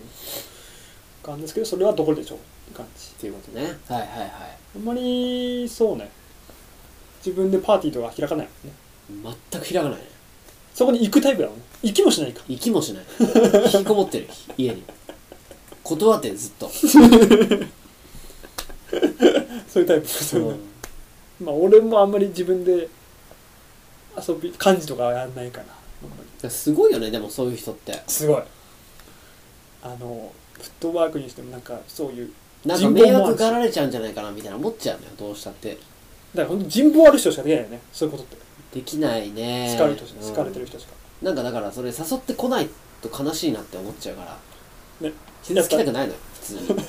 Speaker 2: があるんですけどそれはどこでしょうって感じ
Speaker 3: っていうことねはいはいはい
Speaker 2: あんまりそうね自分でパーティーとか開かないもんね
Speaker 3: 全く開かないね
Speaker 2: そこに行くタイプだもんね行きもしないか
Speaker 3: 行きもし
Speaker 2: (laughs)
Speaker 3: ない引きこもってる家に断ってるずっと、
Speaker 2: そういうタイプそういうまあ俺もあんまり自分で遊び漢字とかはやんないから
Speaker 3: うんすごいよねでもそういう人って
Speaker 2: すごいあのフットワークにしてもなんかそういう
Speaker 3: なんか
Speaker 2: 人口もあるし
Speaker 3: 迷惑がられちゃうんじゃないかなみたいな思っちゃうのよどうしたって
Speaker 2: だから本当に人望ある人しかできないよねそういうことって
Speaker 3: できないね
Speaker 2: 好かれる人し
Speaker 3: うん
Speaker 2: 好かれてる人しか、
Speaker 3: なんかだからそれ誘ってこないと悲しいなって思っちゃうから
Speaker 2: ね
Speaker 3: 傷つきたくないのよ普通に
Speaker 2: だ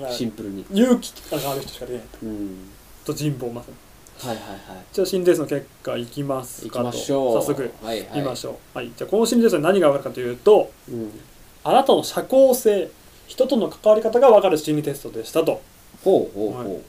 Speaker 2: から
Speaker 3: シンプルに
Speaker 2: 勇気がある人しかできない
Speaker 3: うん
Speaker 2: と人望まさに
Speaker 3: はいはいはい
Speaker 2: じゃあ心理テストの結果いきます
Speaker 3: 行き
Speaker 2: かと
Speaker 3: ましょう
Speaker 2: 早速
Speaker 3: はいはい
Speaker 2: 見ましょう、はいじゃあこの心理テストで何が分かるかというと
Speaker 3: うん
Speaker 2: あなたの社交性人との関わり方が分かる心理テストでしたと
Speaker 3: ほうほう
Speaker 2: は
Speaker 3: ほ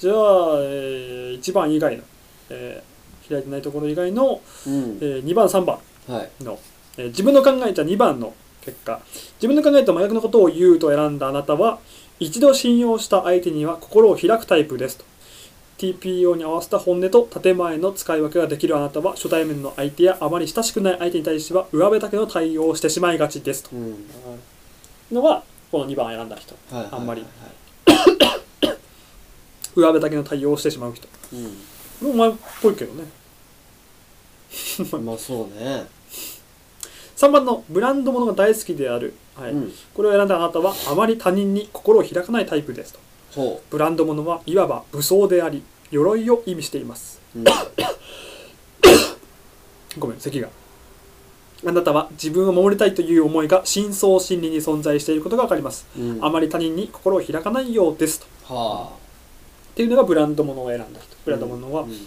Speaker 2: じゃあ、え1番以外の、えー開いてないところ以外の、
Speaker 3: ううん
Speaker 2: え2番3番
Speaker 3: はい
Speaker 2: の、えー自分の考えた2番の結果自分の考えた真逆のことを言うと選んだあなたは一度信用した相手には心を開くタイプですと TPO に合わせた本音と建前の使い分けができるあなたは初対面の相手やあまり親しくない相手に対しては上辺だけの対応をしてしまいがちですと
Speaker 3: うん
Speaker 2: のがこの2番選んだ人
Speaker 3: はいはいはいはい
Speaker 2: あんまり上辺だけの対応をしてしまう
Speaker 3: う
Speaker 2: 人これお前っぽいけどね
Speaker 3: んまあそうね
Speaker 2: 3番のブランド物が大好きである、はい
Speaker 3: うん
Speaker 2: これを選んだあなたはあまり他人に心を開かないタイプですと
Speaker 3: ほ
Speaker 2: ブランド物はいわば武装であり鎧を意味しています
Speaker 3: ううん
Speaker 2: ごめん咳があなたは自分を守りたいという思いが深層心理に存在していることが分かります
Speaker 3: うん
Speaker 2: あ
Speaker 3: は
Speaker 2: まり他人に心を開かないようですとっ
Speaker 3: あ
Speaker 2: ていうのがブランド物を選んだ人ブランド物は、
Speaker 3: うんうん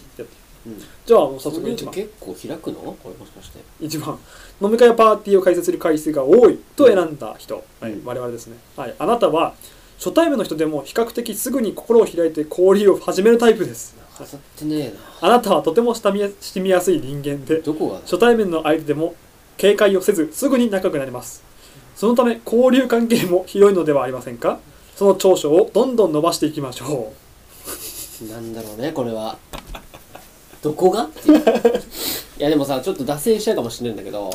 Speaker 2: じゃあもう早
Speaker 3: 早速
Speaker 2: 速1番
Speaker 3: 結構開くのこれもしかして
Speaker 2: 一番飲み会やパーティーを開催する回数が多いと選んだ人、はい
Speaker 3: うん
Speaker 2: 我々ですね、はい、あなたは初対面の人でも比較的すぐに心を開いて交流を始めるタイプです
Speaker 3: 当たってねえな
Speaker 2: あなたはとても親みや親みやすい人間で
Speaker 3: どこが
Speaker 2: 初対面の相手でも警戒をせずすぐに仲良くなりますそのため交流関係も広いのではありませんかその長所をどんどん伸ばしていきましょ
Speaker 3: なんだろうねこれ
Speaker 2: (laughs)
Speaker 3: はどこがっていういやでもさちょっと脱線しちゃうかもしれないんだけど、
Speaker 2: う、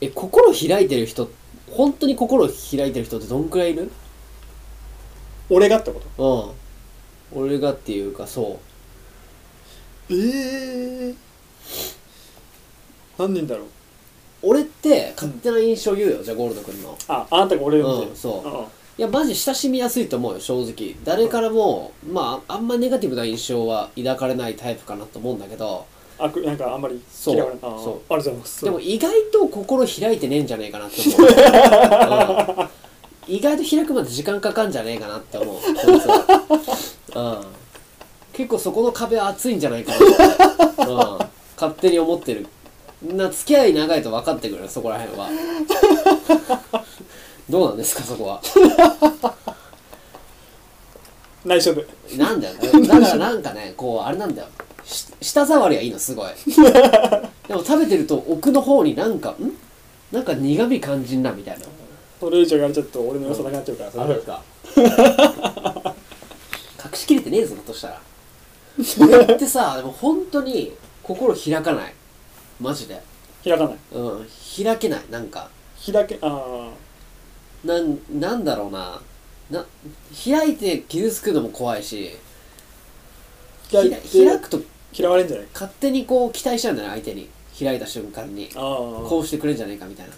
Speaker 3: え心開いてる人本当に心開いてる人ってどんくらいいる
Speaker 2: 俺がってこと
Speaker 3: うん俺がっていうかそ
Speaker 2: ええ何人だろう
Speaker 3: う俺って勝手な印象言うよ、じゃあゴールド君の
Speaker 2: ああなたが俺を見て、
Speaker 3: うんそう
Speaker 2: ああ
Speaker 3: いやマジ親しみやすいと思うよ正直誰からもまああんまネガティブな印象は抱かれないタイプかなと思うんだけど
Speaker 2: あくなんかあんまり
Speaker 3: そう
Speaker 2: 嫌われないあー
Speaker 3: そ
Speaker 2: ありがとうございます
Speaker 3: でも意外と心開いてねえんじゃねえかなって思う、うん意外と開くまで時間かかんじゃねえかなって思うこいつは、うん、結構そこの壁は厚いんじゃないかなって、うん、勝手に思ってるな付き合い長いと分かってくるそこら辺はどうなんですかそこは
Speaker 2: 内緒で
Speaker 3: なんだよねだからなんかねこうあれなんだよし舌触りはいいのす (laughs) ごいでも食べてると奥の方になんかんなんか苦味感じんなみたいな
Speaker 2: それ以上やれちゃっと俺の良さなくなっちゃうから
Speaker 3: あ
Speaker 2: さ
Speaker 3: るんか隠しきれてねえぞひょっとしたら俺ってさでも本当に心開かないマジで
Speaker 2: 開かない
Speaker 3: うん開けないなんか
Speaker 2: 開けあ
Speaker 3: なんなんだろうなな開いて傷つくのも怖いし
Speaker 2: あ
Speaker 3: 開開くと
Speaker 2: 嫌われんじゃない
Speaker 3: 勝手にこう期待しちゃうんだよね相手に開いた瞬間に
Speaker 2: ああ
Speaker 3: こうしてくれんじゃねえかみたいな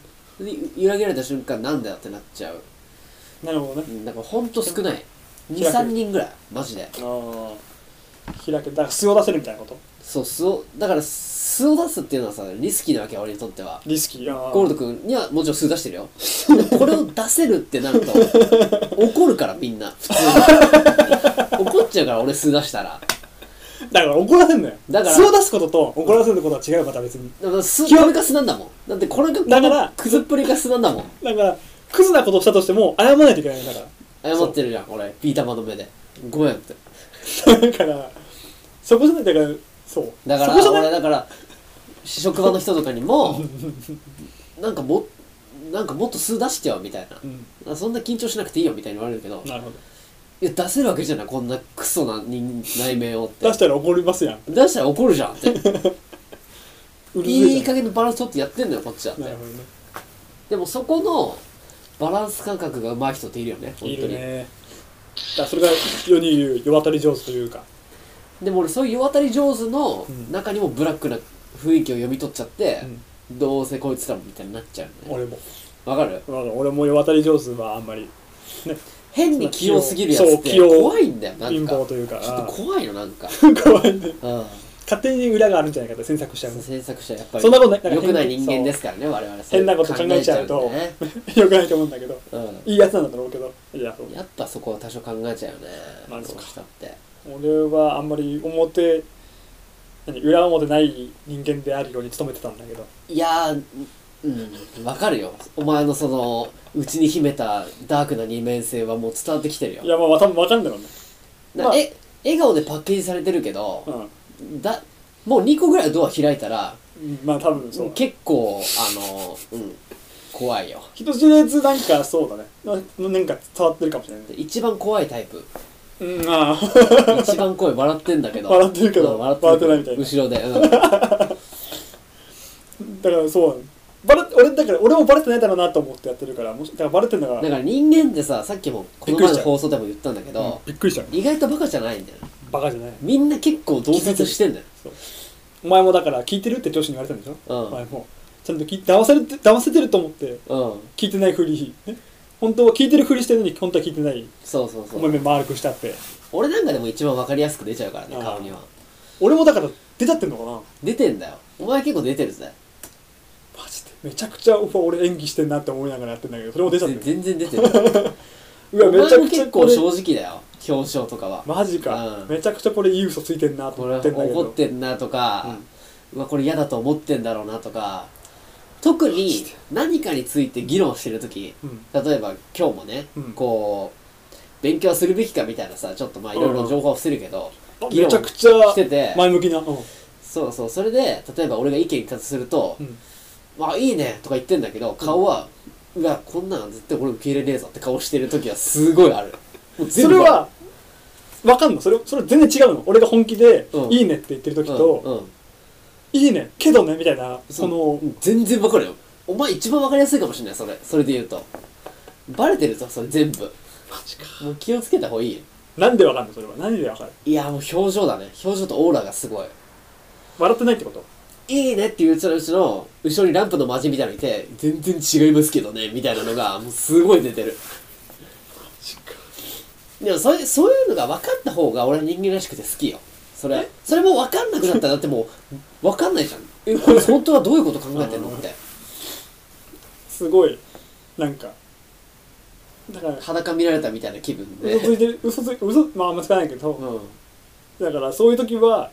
Speaker 3: でゆ裏切られた瞬間なんだよってなっちゃう
Speaker 2: なるほど
Speaker 3: う
Speaker 2: ね
Speaker 3: んだからほんと少ない
Speaker 2: 開く
Speaker 3: 23人ぐらいマジで
Speaker 2: ああ開けだから素を出せるみたいなこと
Speaker 3: そう素をだから素を出すっていうのはさリスキーなわけよ俺にとっては
Speaker 2: リスキーあー
Speaker 3: ゴールド君にはもちろん素出してるよでこれを出せるってなると怒るからみんな普通に怒っちゃうから俺素出したら
Speaker 2: だから怒らせんのよ
Speaker 3: だから
Speaker 2: 素を出すことと怒らせることは違うから別に
Speaker 3: だから素極めが素なんだもんだってこれが
Speaker 2: だから
Speaker 3: クズっぷりが素なんだもん
Speaker 2: だからクズなことをしたとしても謝ら (laughs) ないといけないんだか
Speaker 3: 謝ってるじゃん俺ピーターマンの目でごめんって
Speaker 2: らだからそこじゃないだからそう
Speaker 3: だか
Speaker 2: そこじ
Speaker 3: ら
Speaker 2: ゃない
Speaker 3: 俺だから職場の人とかに
Speaker 2: (laughs)
Speaker 3: もなんかもなんかもっと素出しちゃうみたいな
Speaker 2: うん
Speaker 3: あそんな緊張しなくていいよみたいに言われるけど
Speaker 2: なるほど
Speaker 3: いや出せるわけじゃないこんなクソな人内面をって
Speaker 2: (laughs) 出したら怒りますやん
Speaker 3: 出したら怒るじゃんって
Speaker 2: うるせえ
Speaker 3: (laughs) いい
Speaker 2: じゃ
Speaker 3: 加減のバランス取ってやってんのよこっちだっ
Speaker 2: んな
Speaker 3: て
Speaker 2: るほどね
Speaker 3: でもそこのバランス感覚が上手い人っているよね本当に
Speaker 2: いるねだからそれが世に言う世渡り上手というか
Speaker 3: でも俺そういう世渡り上手の
Speaker 2: うん
Speaker 3: 中にもブラックな雰囲気を読み取っちゃって、どうせこいつらもみたいになっちゃうのね
Speaker 2: 俺も
Speaker 3: わかる
Speaker 2: まあ俺も世渡り上手はあんまり
Speaker 3: 変に器用すぎるやつって
Speaker 2: そう器用
Speaker 3: 怖いんだよなん
Speaker 2: 貧
Speaker 3: か
Speaker 2: 乏というか
Speaker 3: ちょっと
Speaker 2: あ
Speaker 3: 怖いのなんか、
Speaker 2: ー怖いね
Speaker 3: うん、
Speaker 2: 勝手に裏があるんじゃないかって詮索しちゃう
Speaker 3: 制作者やっぱり
Speaker 2: そんなことないなんか
Speaker 3: 良くない人
Speaker 2: そ
Speaker 3: 間
Speaker 2: う
Speaker 3: ですからね我々
Speaker 2: 変なこと考えちゃうと
Speaker 3: 考えちゃうんだね
Speaker 2: よくないと思うんだけど
Speaker 3: うん
Speaker 2: いいやつなんだろうけどいやそう
Speaker 3: やっぱそこは多少考えちゃうよね
Speaker 2: まあそう
Speaker 3: ど
Speaker 2: か
Speaker 3: うしたって
Speaker 2: 俺はあんまり表何裏表ない人間であるように努めてたんだけど
Speaker 3: いやーうんわかるよお前のその内に秘めたダークな二面性はもう伝わってきてるよ
Speaker 2: いやまあ多分分かるんだろうね
Speaker 3: な
Speaker 2: まあ
Speaker 3: え笑顔でパッケージされてるけど、
Speaker 2: う
Speaker 3: だもう2個ぐらいドア開いたら
Speaker 2: んまあ多分そう
Speaker 3: 結構あのうん怖いよ
Speaker 2: 人知れずなんかそうだねななんか伝わってるかもしれないね
Speaker 3: 一番怖いタイ
Speaker 2: (laughs)
Speaker 3: プ
Speaker 2: うんああ
Speaker 3: 一番怖い笑ってんだけど
Speaker 2: 笑ってるけど
Speaker 3: うん
Speaker 2: 笑ってないみたいな
Speaker 3: 後ろで、うん、
Speaker 2: だからそうバレ俺だから俺もバレてないだろうなと思ってやってるからもしだからバレてんだから
Speaker 3: だから人間って
Speaker 2: (laughs)
Speaker 3: ささっきもこの
Speaker 2: びっく
Speaker 3: 前
Speaker 2: り
Speaker 3: の
Speaker 2: しちゃう
Speaker 3: 放送でも言ったんだけど、
Speaker 2: びっくりしたよ
Speaker 3: 意外とバカじゃないんだよ
Speaker 2: バカじゃない
Speaker 3: みんな結構同説してんだよ
Speaker 2: お前もだから聞いてるって上司に言われたんでしょ、
Speaker 3: うん
Speaker 2: お前もちゃんと聞い騙されて騙せてると思って
Speaker 3: うん
Speaker 2: 聞いてないふりね本当は聞いてるふりしてるのに本当は聞いてない
Speaker 3: そうそう
Speaker 2: お
Speaker 3: そ
Speaker 2: 前
Speaker 3: う
Speaker 2: 目丸くしたって
Speaker 3: 俺なんかでも一番わかりやすく出ちゃうからね
Speaker 2: あー
Speaker 3: 顔には
Speaker 2: 俺もだから出ちゃってんのか
Speaker 3: 出てんだよお前結構出てるぜ
Speaker 2: なマジでめちゃくちゃうわ俺演技してんなって思いながらやってんだけどそれも出ちゃってる
Speaker 3: 全然出
Speaker 2: (laughs)
Speaker 3: てる
Speaker 2: うわ
Speaker 3: お前
Speaker 2: めちゃ
Speaker 3: も
Speaker 2: くち
Speaker 3: 結
Speaker 2: ゃこ
Speaker 3: 構
Speaker 2: れ
Speaker 3: 正直だよ表彰とかは
Speaker 2: マジか、
Speaker 3: うん
Speaker 2: めちゃくちゃこれいい嘘ついてんなと
Speaker 3: こ
Speaker 2: 思
Speaker 3: れ
Speaker 2: ってんだけど
Speaker 3: 怒ってんなとか、うわこれ嫌だと思ってんだろうなとか特に何かについて議論してる時
Speaker 2: うん
Speaker 3: 例えば今日もね、
Speaker 2: うん
Speaker 3: こう勉強するべきかみたいなさちょっとまあいろいろ情報は伏せるけど、
Speaker 2: あ
Speaker 3: 議論
Speaker 2: めちゃくちゃ
Speaker 3: してて
Speaker 2: 前向きな、うん
Speaker 3: そうそうそれで例えば俺が意見に立つすると
Speaker 2: うん
Speaker 3: 「まあいいね」とか言ってんだけど顔は「うわこんなの絶対俺受け入れねえぞ」って顔してる時はすごいあるもう
Speaker 2: そ
Speaker 3: 全
Speaker 2: れ
Speaker 3: 部
Speaker 2: はわかんのそれそれ全然違うの俺が本気で「
Speaker 3: うん
Speaker 2: いいね」って言ってる時
Speaker 3: うん
Speaker 2: と「
Speaker 3: うん
Speaker 2: いいねけどね」みたいな
Speaker 3: そ
Speaker 2: そ
Speaker 3: の
Speaker 2: の
Speaker 3: 全然わかるよお前一番わかりやすいかもしれないそれそれで言うとバレてるぞそれ全部もう気をつけた方がいいよ
Speaker 2: なんでわかんのそれは何でわかる
Speaker 3: いやもう表情だね表情とオーラがすごい
Speaker 2: 笑ってないってこと
Speaker 3: いいねって言う人のうちの後ろにランプのマジみたいなのいて全然違いますけどねみたいなのがもうすごい出てるでもそういうそういうのが分かった方が俺は人間らしくて好きよそれそれも分かんなくなったらだってもう分かんないじゃんえこれ本当はどういうこと考えてんのって
Speaker 2: すごいなんかだから
Speaker 3: 裸見られたみたいな気分で、
Speaker 2: 嘘ついてる嘘つい嘘まああんまつかないけど、
Speaker 3: うん
Speaker 2: だからそういう時は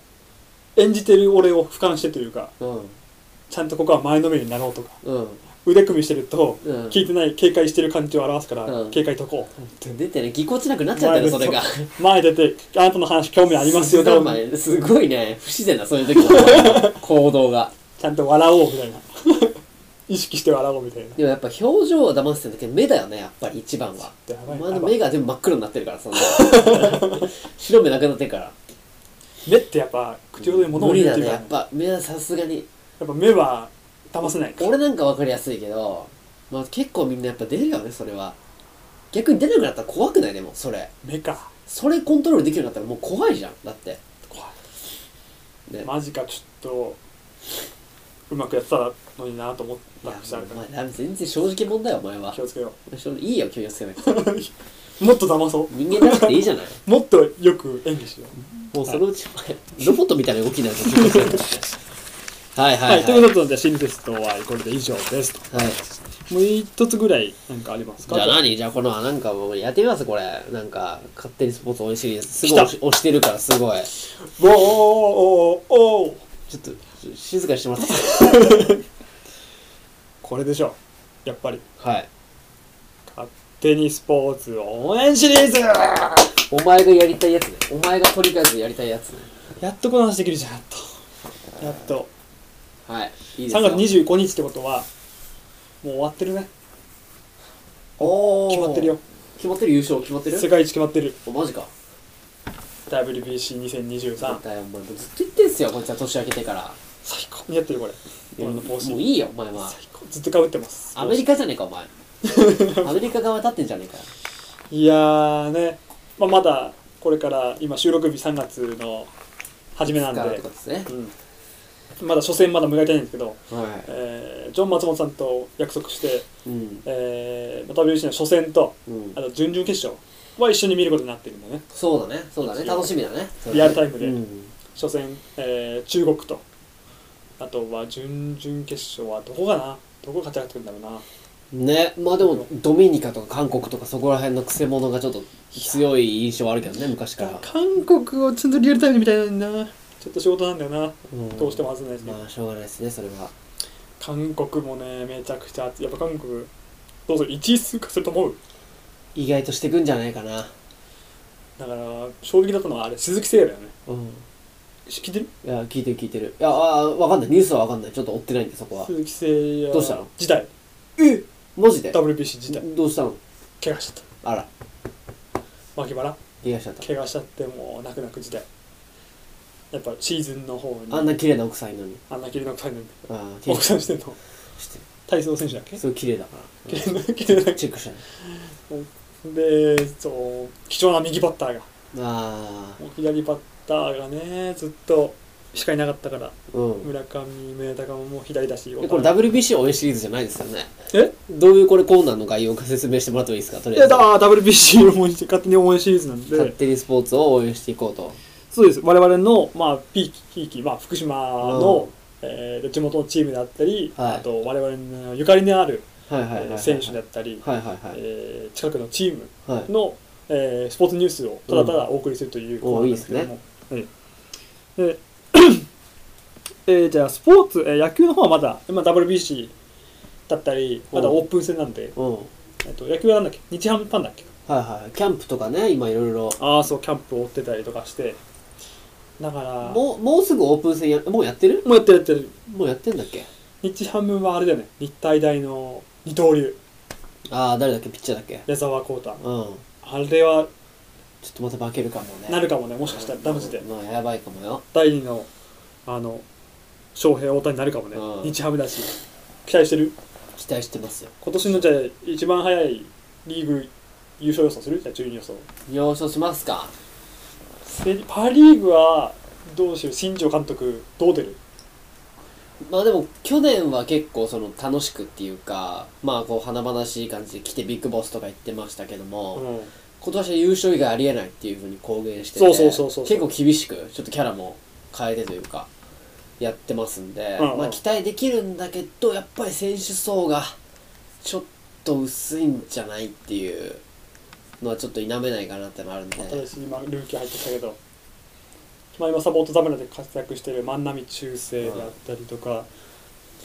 Speaker 2: 演じてる俺を俯瞰してというか
Speaker 3: うん
Speaker 2: ちゃんとここは前のめりになろうとか
Speaker 3: うん
Speaker 2: 腕組みしてると、
Speaker 3: うん
Speaker 2: 聞いてない警戒してる感じを表すから、
Speaker 3: うん
Speaker 2: 警戒とこう
Speaker 3: 出てねぎこちなくなっちゃったねそれが
Speaker 2: 前出てあなたの話興味ありますよ
Speaker 3: すごいすごいね不自然なそういう時の行動が
Speaker 2: ちゃんと笑おうみたいな (laughs) 意識して笑おうみたいな
Speaker 3: でもやっぱ表情は騙してんだけど目だよねやっぱり一番は
Speaker 2: や
Speaker 3: お
Speaker 2: ばい
Speaker 3: 前の
Speaker 2: やばい
Speaker 3: 目が全部真っ黒になってるからそんな (laughs) 白目なくなってるから
Speaker 2: 目ってやっぱ口ほどに物を
Speaker 3: 無理
Speaker 2: 言うっ
Speaker 3: だ
Speaker 2: てい
Speaker 3: ね
Speaker 2: うか
Speaker 3: やっぱ目はさすがに
Speaker 2: やっぱ目は騙せないから
Speaker 3: 俺なんか分かりやすいけど、まあ、結構みんなやっぱ出るよねそれは逆に出なくなったら怖くないでもそれ
Speaker 2: 目か
Speaker 3: それコントロールできるようになったらもう怖いじゃんだって
Speaker 2: 怖
Speaker 3: ね
Speaker 2: いマジかちょっとうまくやってたのになと思っ
Speaker 3: いや
Speaker 2: たくしあるか
Speaker 3: お
Speaker 2: ら
Speaker 3: 前全然正直者だよお前は
Speaker 2: 気をつけよ
Speaker 3: いいよ気をつけなくて
Speaker 2: う (laughs) もっと騙そう
Speaker 3: 人間だっていいじゃない
Speaker 2: もっとよく演技しよ
Speaker 3: (laughs) もうそのうちお前ロボットみたいな動きになると思うはいうは
Speaker 2: はい
Speaker 3: は
Speaker 2: い、
Speaker 3: い
Speaker 2: ということで心理テストはこれで以上ですと
Speaker 3: はい
Speaker 2: もう一つぐらいなんかありますか
Speaker 3: じゃあ何じゃあこのあなんかもうやってみますこれなんか勝手にスポーツ応援してるすごい
Speaker 2: 来た
Speaker 3: 押し押してるからすごい
Speaker 2: おーおーおーおー
Speaker 3: ちょっとちょ静かにしてもらっていいです
Speaker 2: これでしょやっぱり
Speaker 3: かはい
Speaker 2: 勝手にスポーツ応援シリーズ
Speaker 3: お前がやりたいやつねお前が取り返すやりたいやつね
Speaker 2: やっとこの話できるじゃんやっとやっと
Speaker 3: はいいいですよ
Speaker 2: 3月25日ってことはもう終わってるね
Speaker 3: おー
Speaker 2: 決まってるよ
Speaker 3: 決まってる優勝決まって
Speaker 2: 世
Speaker 3: る
Speaker 2: 界一決まってる
Speaker 3: おマジか
Speaker 2: WBC2023
Speaker 3: だよお前ずっと言ってんすよこいつは年明けてから
Speaker 2: 最高似合ってるこれ俺の帽子
Speaker 3: もういいよお前は
Speaker 2: 最高ずっとかぶってます
Speaker 3: アメリカじゃねえか (laughs) お前アメリカ側立ってんじゃねえか
Speaker 2: いやーね、まあ、まだこれから今収録日3月の初めなん
Speaker 3: からって
Speaker 2: で
Speaker 3: こ、とですね
Speaker 2: うん、まだ初戦まだ迎えたいんですけど、
Speaker 3: は
Speaker 2: えージョン・松本さんと約束して、
Speaker 3: いうん
Speaker 2: えー、WBC の初戦と
Speaker 3: うん
Speaker 2: あと準々決勝は一緒に見ることになってるんでね
Speaker 3: そうだねそうだね
Speaker 2: 一応
Speaker 3: 楽しみだね
Speaker 2: リアルタイムで
Speaker 3: うん
Speaker 2: 初戦、えー中国とあとは準々決勝はどこかなどこが勝ち上がってくるんだろうな
Speaker 3: ねまあでもドミニカとか韓国とかそこら辺のくせ者がちょっと強い印象はあるけどね昔から
Speaker 2: 韓国をちゃんとリアルタイムで見たいのになちょっと仕事なんだよな、
Speaker 3: うん
Speaker 2: どうしても外れないですね、
Speaker 3: まあしょうがないですねそれは
Speaker 2: 韓国もねめちゃくちゃ熱いやっぱ韓国どうする1位通過すると思う
Speaker 3: 意外としてくんじゃないかな
Speaker 2: だから衝撃だったのはあれ鈴木誠也だよね
Speaker 3: うん
Speaker 2: 知ってる
Speaker 3: いや聞いてる聞いてるいやあーわかんないニュースはわかんないちょっと追ってないんでそこは
Speaker 2: 鈴木誠也
Speaker 3: どうしたの
Speaker 2: 自体
Speaker 3: えマジで
Speaker 2: WBC 自体
Speaker 3: どうしたの
Speaker 2: 怪我しちゃっ
Speaker 3: あら
Speaker 2: た脇腹
Speaker 3: 怪我しちゃった
Speaker 2: 怪我しちゃってもう泣く泣く時代やっぱシーズンの方に
Speaker 3: あんな綺麗な奥さんいるのに
Speaker 2: あんな綺麗な奥さんに
Speaker 3: あー綺麗
Speaker 2: 奥さんしてんの
Speaker 3: して
Speaker 2: 体操選手だっけ
Speaker 3: すごい綺麗だから
Speaker 2: (laughs) 綺麗な綺麗な
Speaker 3: チェックしたね
Speaker 2: でそう貴重な右バッターが
Speaker 3: ああ
Speaker 2: もう左バッターがねずっとしかいなかったから
Speaker 3: うん
Speaker 2: 村上宗隆ももう左だし
Speaker 3: えこれ WBC 応援シリーズじゃないですよね
Speaker 2: え
Speaker 3: どういうこれコーナーの概要を説明してもらってもいいですかと
Speaker 2: い
Speaker 3: りあ
Speaker 2: や
Speaker 3: えず
Speaker 2: だから WBC を応援して勝手に応援シリーズなん
Speaker 3: (laughs) 勝
Speaker 2: で
Speaker 3: 手にスポーツを応援していこうと
Speaker 2: そうです我々のまあピーキピーキまあ福島の
Speaker 3: うん、
Speaker 2: えー地元のチームだったり、
Speaker 3: はい
Speaker 2: あと我々のゆかりのある
Speaker 3: はいはい
Speaker 2: え
Speaker 3: はいはい、
Speaker 2: ー選手だったり、
Speaker 3: はいはいはい
Speaker 2: えー近くのチーム
Speaker 3: はい
Speaker 2: の、えースポーツニュースをただただお送りするというコーナーですけども、はいで (coughs) えーじゃあスポーツ、えー野球の方はまだ、まあ、WBC だったりまだオープン戦なんで、
Speaker 3: うん
Speaker 2: えっと、野球はなんだっけ日ハムファンだっけ
Speaker 3: はいはいキャンプとかね今いろいろ
Speaker 2: ああそうキャンプを追ってたりとかしてだから
Speaker 3: もうもうすぐオープン戦やもうやってる
Speaker 2: もうやってるやってる
Speaker 3: もうやってんだっけ
Speaker 2: 日ハムはあれだよね日体大の二刀流
Speaker 3: ああ誰だっけピッチャーだっけうん
Speaker 2: 矢沢浩太
Speaker 3: ちょ
Speaker 2: あれは
Speaker 3: っとまた負けるかもね
Speaker 2: なるかもねもしかしたらダムジで
Speaker 3: まあやばいかもよ
Speaker 2: 第二のあの翔平大谷になるかもね
Speaker 3: うん
Speaker 2: 日ハムだし期待してる
Speaker 3: 期待してますよ
Speaker 2: 今年のじゃあ一番早いリーグ優勝予想するじゃあ順位予想
Speaker 3: 了承しますか
Speaker 2: セパ・リーグはどうしよう新庄監督どう出る
Speaker 3: まあでも去年は結構その楽しくっていうかまあこう華々しい感じで来てビッグボスとか言ってましたけども、
Speaker 2: うん
Speaker 3: 今年は優勝以外ありえないっていうふうに公言してて
Speaker 2: そうそうそうそう
Speaker 3: 結構厳しくちょっとキャラも変えてというかやってますんで、
Speaker 2: うんうん
Speaker 3: まあ、期待できるんだけどやっぱり選手層がちょっと薄いんじゃないっていうのはちょっと否めないかなってのあるんで
Speaker 2: 新しい今ルーキー入ってきたけど、まあ、今サポート侍で活躍している万波中正であったりとか、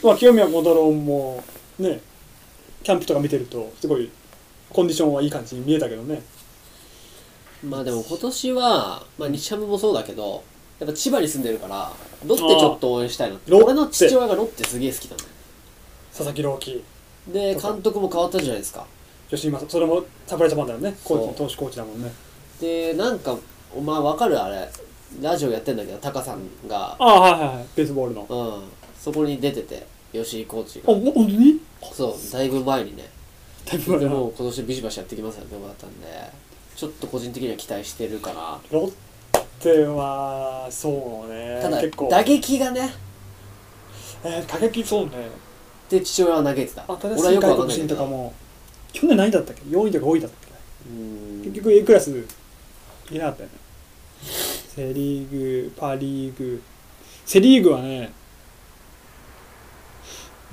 Speaker 2: まあ、清宮小太郎もねキャンプとか見てるとすごいコンディションはいい感じに見えたけどね
Speaker 3: まあでも今年は、まあ、日ハムもそうだけどやっぱ千葉に住んでるからロッテちょっと応援したいなって
Speaker 2: ロッテ
Speaker 3: 俺の父親がロッテすげえ好きなの
Speaker 2: 佐々木朗希
Speaker 3: で監督も変わったじゃないですか
Speaker 2: 吉井正それも侍ジャパンだよねコーチ
Speaker 3: そ
Speaker 2: 投手コーチだもんね
Speaker 3: でなんかお前わかるあれラジオやってんだけどタカさんが、
Speaker 2: ああはいはいはいベースボールのあ
Speaker 3: うん、そこに出てて吉井コーチが
Speaker 2: 本当に
Speaker 3: そうだいぶ前にね
Speaker 2: タイプ
Speaker 3: で
Speaker 2: が
Speaker 3: もう今年ビシバシやってきますよってことだったんでちょっと個人的には期待してるかな
Speaker 2: ロッテはそうね
Speaker 3: ただ
Speaker 2: 結構
Speaker 3: 打撃がね
Speaker 2: えー打撃そうね
Speaker 3: で父親は投げてた
Speaker 2: 新
Speaker 3: 俺は
Speaker 2: しい
Speaker 3: よくわかん
Speaker 2: 外国
Speaker 3: ないけ
Speaker 2: 人とか
Speaker 3: ど
Speaker 2: も去年何位だったっけ4位とか5位だったっけ
Speaker 3: うん
Speaker 2: 結結局 A クラスいなかったよねセ・リーグパ・リーグセ・リーグはね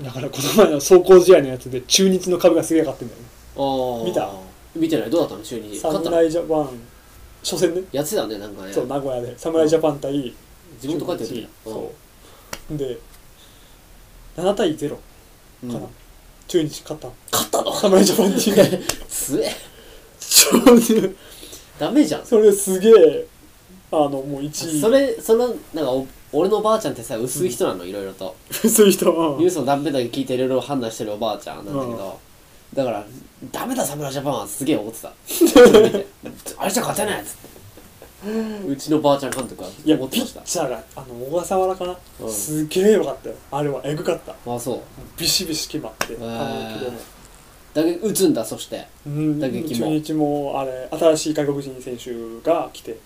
Speaker 2: だからこの前の走行試合のやつで中日の株がすげえ上がってんだよね
Speaker 3: ああ
Speaker 2: 見た
Speaker 3: 見てないどうだったの中日勝ったの
Speaker 2: 侍ジャパン初戦ね
Speaker 3: やってたねなんかね
Speaker 2: そう名古屋で侍ジャパン対
Speaker 3: 自分と勝ってる時だ
Speaker 2: そうで7対0か
Speaker 3: うん
Speaker 2: な、
Speaker 3: うん
Speaker 2: 中日勝った
Speaker 3: 勝ったの
Speaker 2: 侍ジャパンにね
Speaker 3: (laughs) すえ
Speaker 2: ちょうど
Speaker 3: ダメじゃん
Speaker 2: それすげえあのもう1位
Speaker 3: それそのなんかお俺のばあちゃんってさ薄い人なのいろいろと
Speaker 2: そういう人は
Speaker 3: ニュースの断片だけ聞いていろいろ判断してるおばあちゃんなんだけど、だから「ダメだ侍ジャパンは」すげえ怒ってた見て (laughs) あれじゃ勝てないっつ
Speaker 2: (laughs)
Speaker 3: ってうちのばあちゃん監督はい
Speaker 2: や
Speaker 3: 怒って
Speaker 2: ピ
Speaker 3: ました
Speaker 2: ッチャーがあの小笠原かな、
Speaker 3: うん
Speaker 2: すげえよかったよあれはエグかった
Speaker 3: あそう
Speaker 2: ビシビシ決まってあのけども
Speaker 3: だけ打つんだそして
Speaker 2: うん
Speaker 3: 打撃
Speaker 2: 中
Speaker 3: も
Speaker 2: 日もあれ新しい外国人選手が来て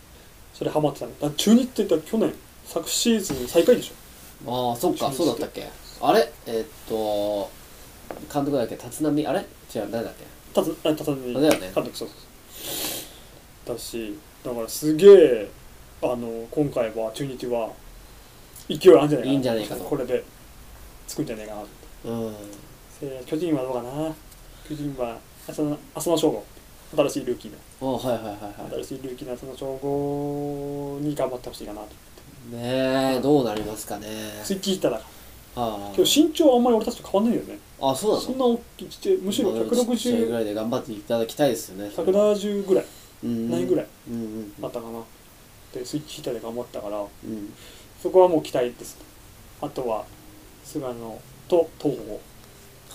Speaker 2: それハマってたのだから中日って言ったら去年昨シーズン最下位でしょ
Speaker 3: ああそっかそうだったっけあれえーっと監督だっけ立浪あれ違う誰だっけ
Speaker 2: たつあたたみ
Speaker 3: あだよね
Speaker 2: 監督そうそうそうだしだからすげえあの今回は中日は勢いあるんじゃないかない
Speaker 3: いんじゃないかと
Speaker 2: これでつくんじゃないかなと
Speaker 3: うん
Speaker 2: せー巨人はどうかな巨人は浅野浅野翔吾新しいルーキーの
Speaker 3: あはいはいはいは
Speaker 2: 新しいルーキーの浅野翔吾に頑張ってほしいかなと
Speaker 3: いねえどうなりますかね
Speaker 2: ツイッチヒッターだか
Speaker 3: あ
Speaker 2: ら今日身長はあんまり俺たちと変わんないよね
Speaker 3: ああそうな
Speaker 2: そん
Speaker 3: の
Speaker 2: な大きいちっちゃいむし
Speaker 3: ち
Speaker 2: ろ
Speaker 3: っちゃいぐ
Speaker 2: 160
Speaker 3: らいで頑張っていただきたいですよね
Speaker 2: 170ぐらい
Speaker 3: 何
Speaker 2: ないぐらい
Speaker 3: うんうん
Speaker 2: あったかなでスイッチヒッターで頑張ったから
Speaker 3: うん
Speaker 2: そこはもう期待ですあとは菅野と東郷
Speaker 3: は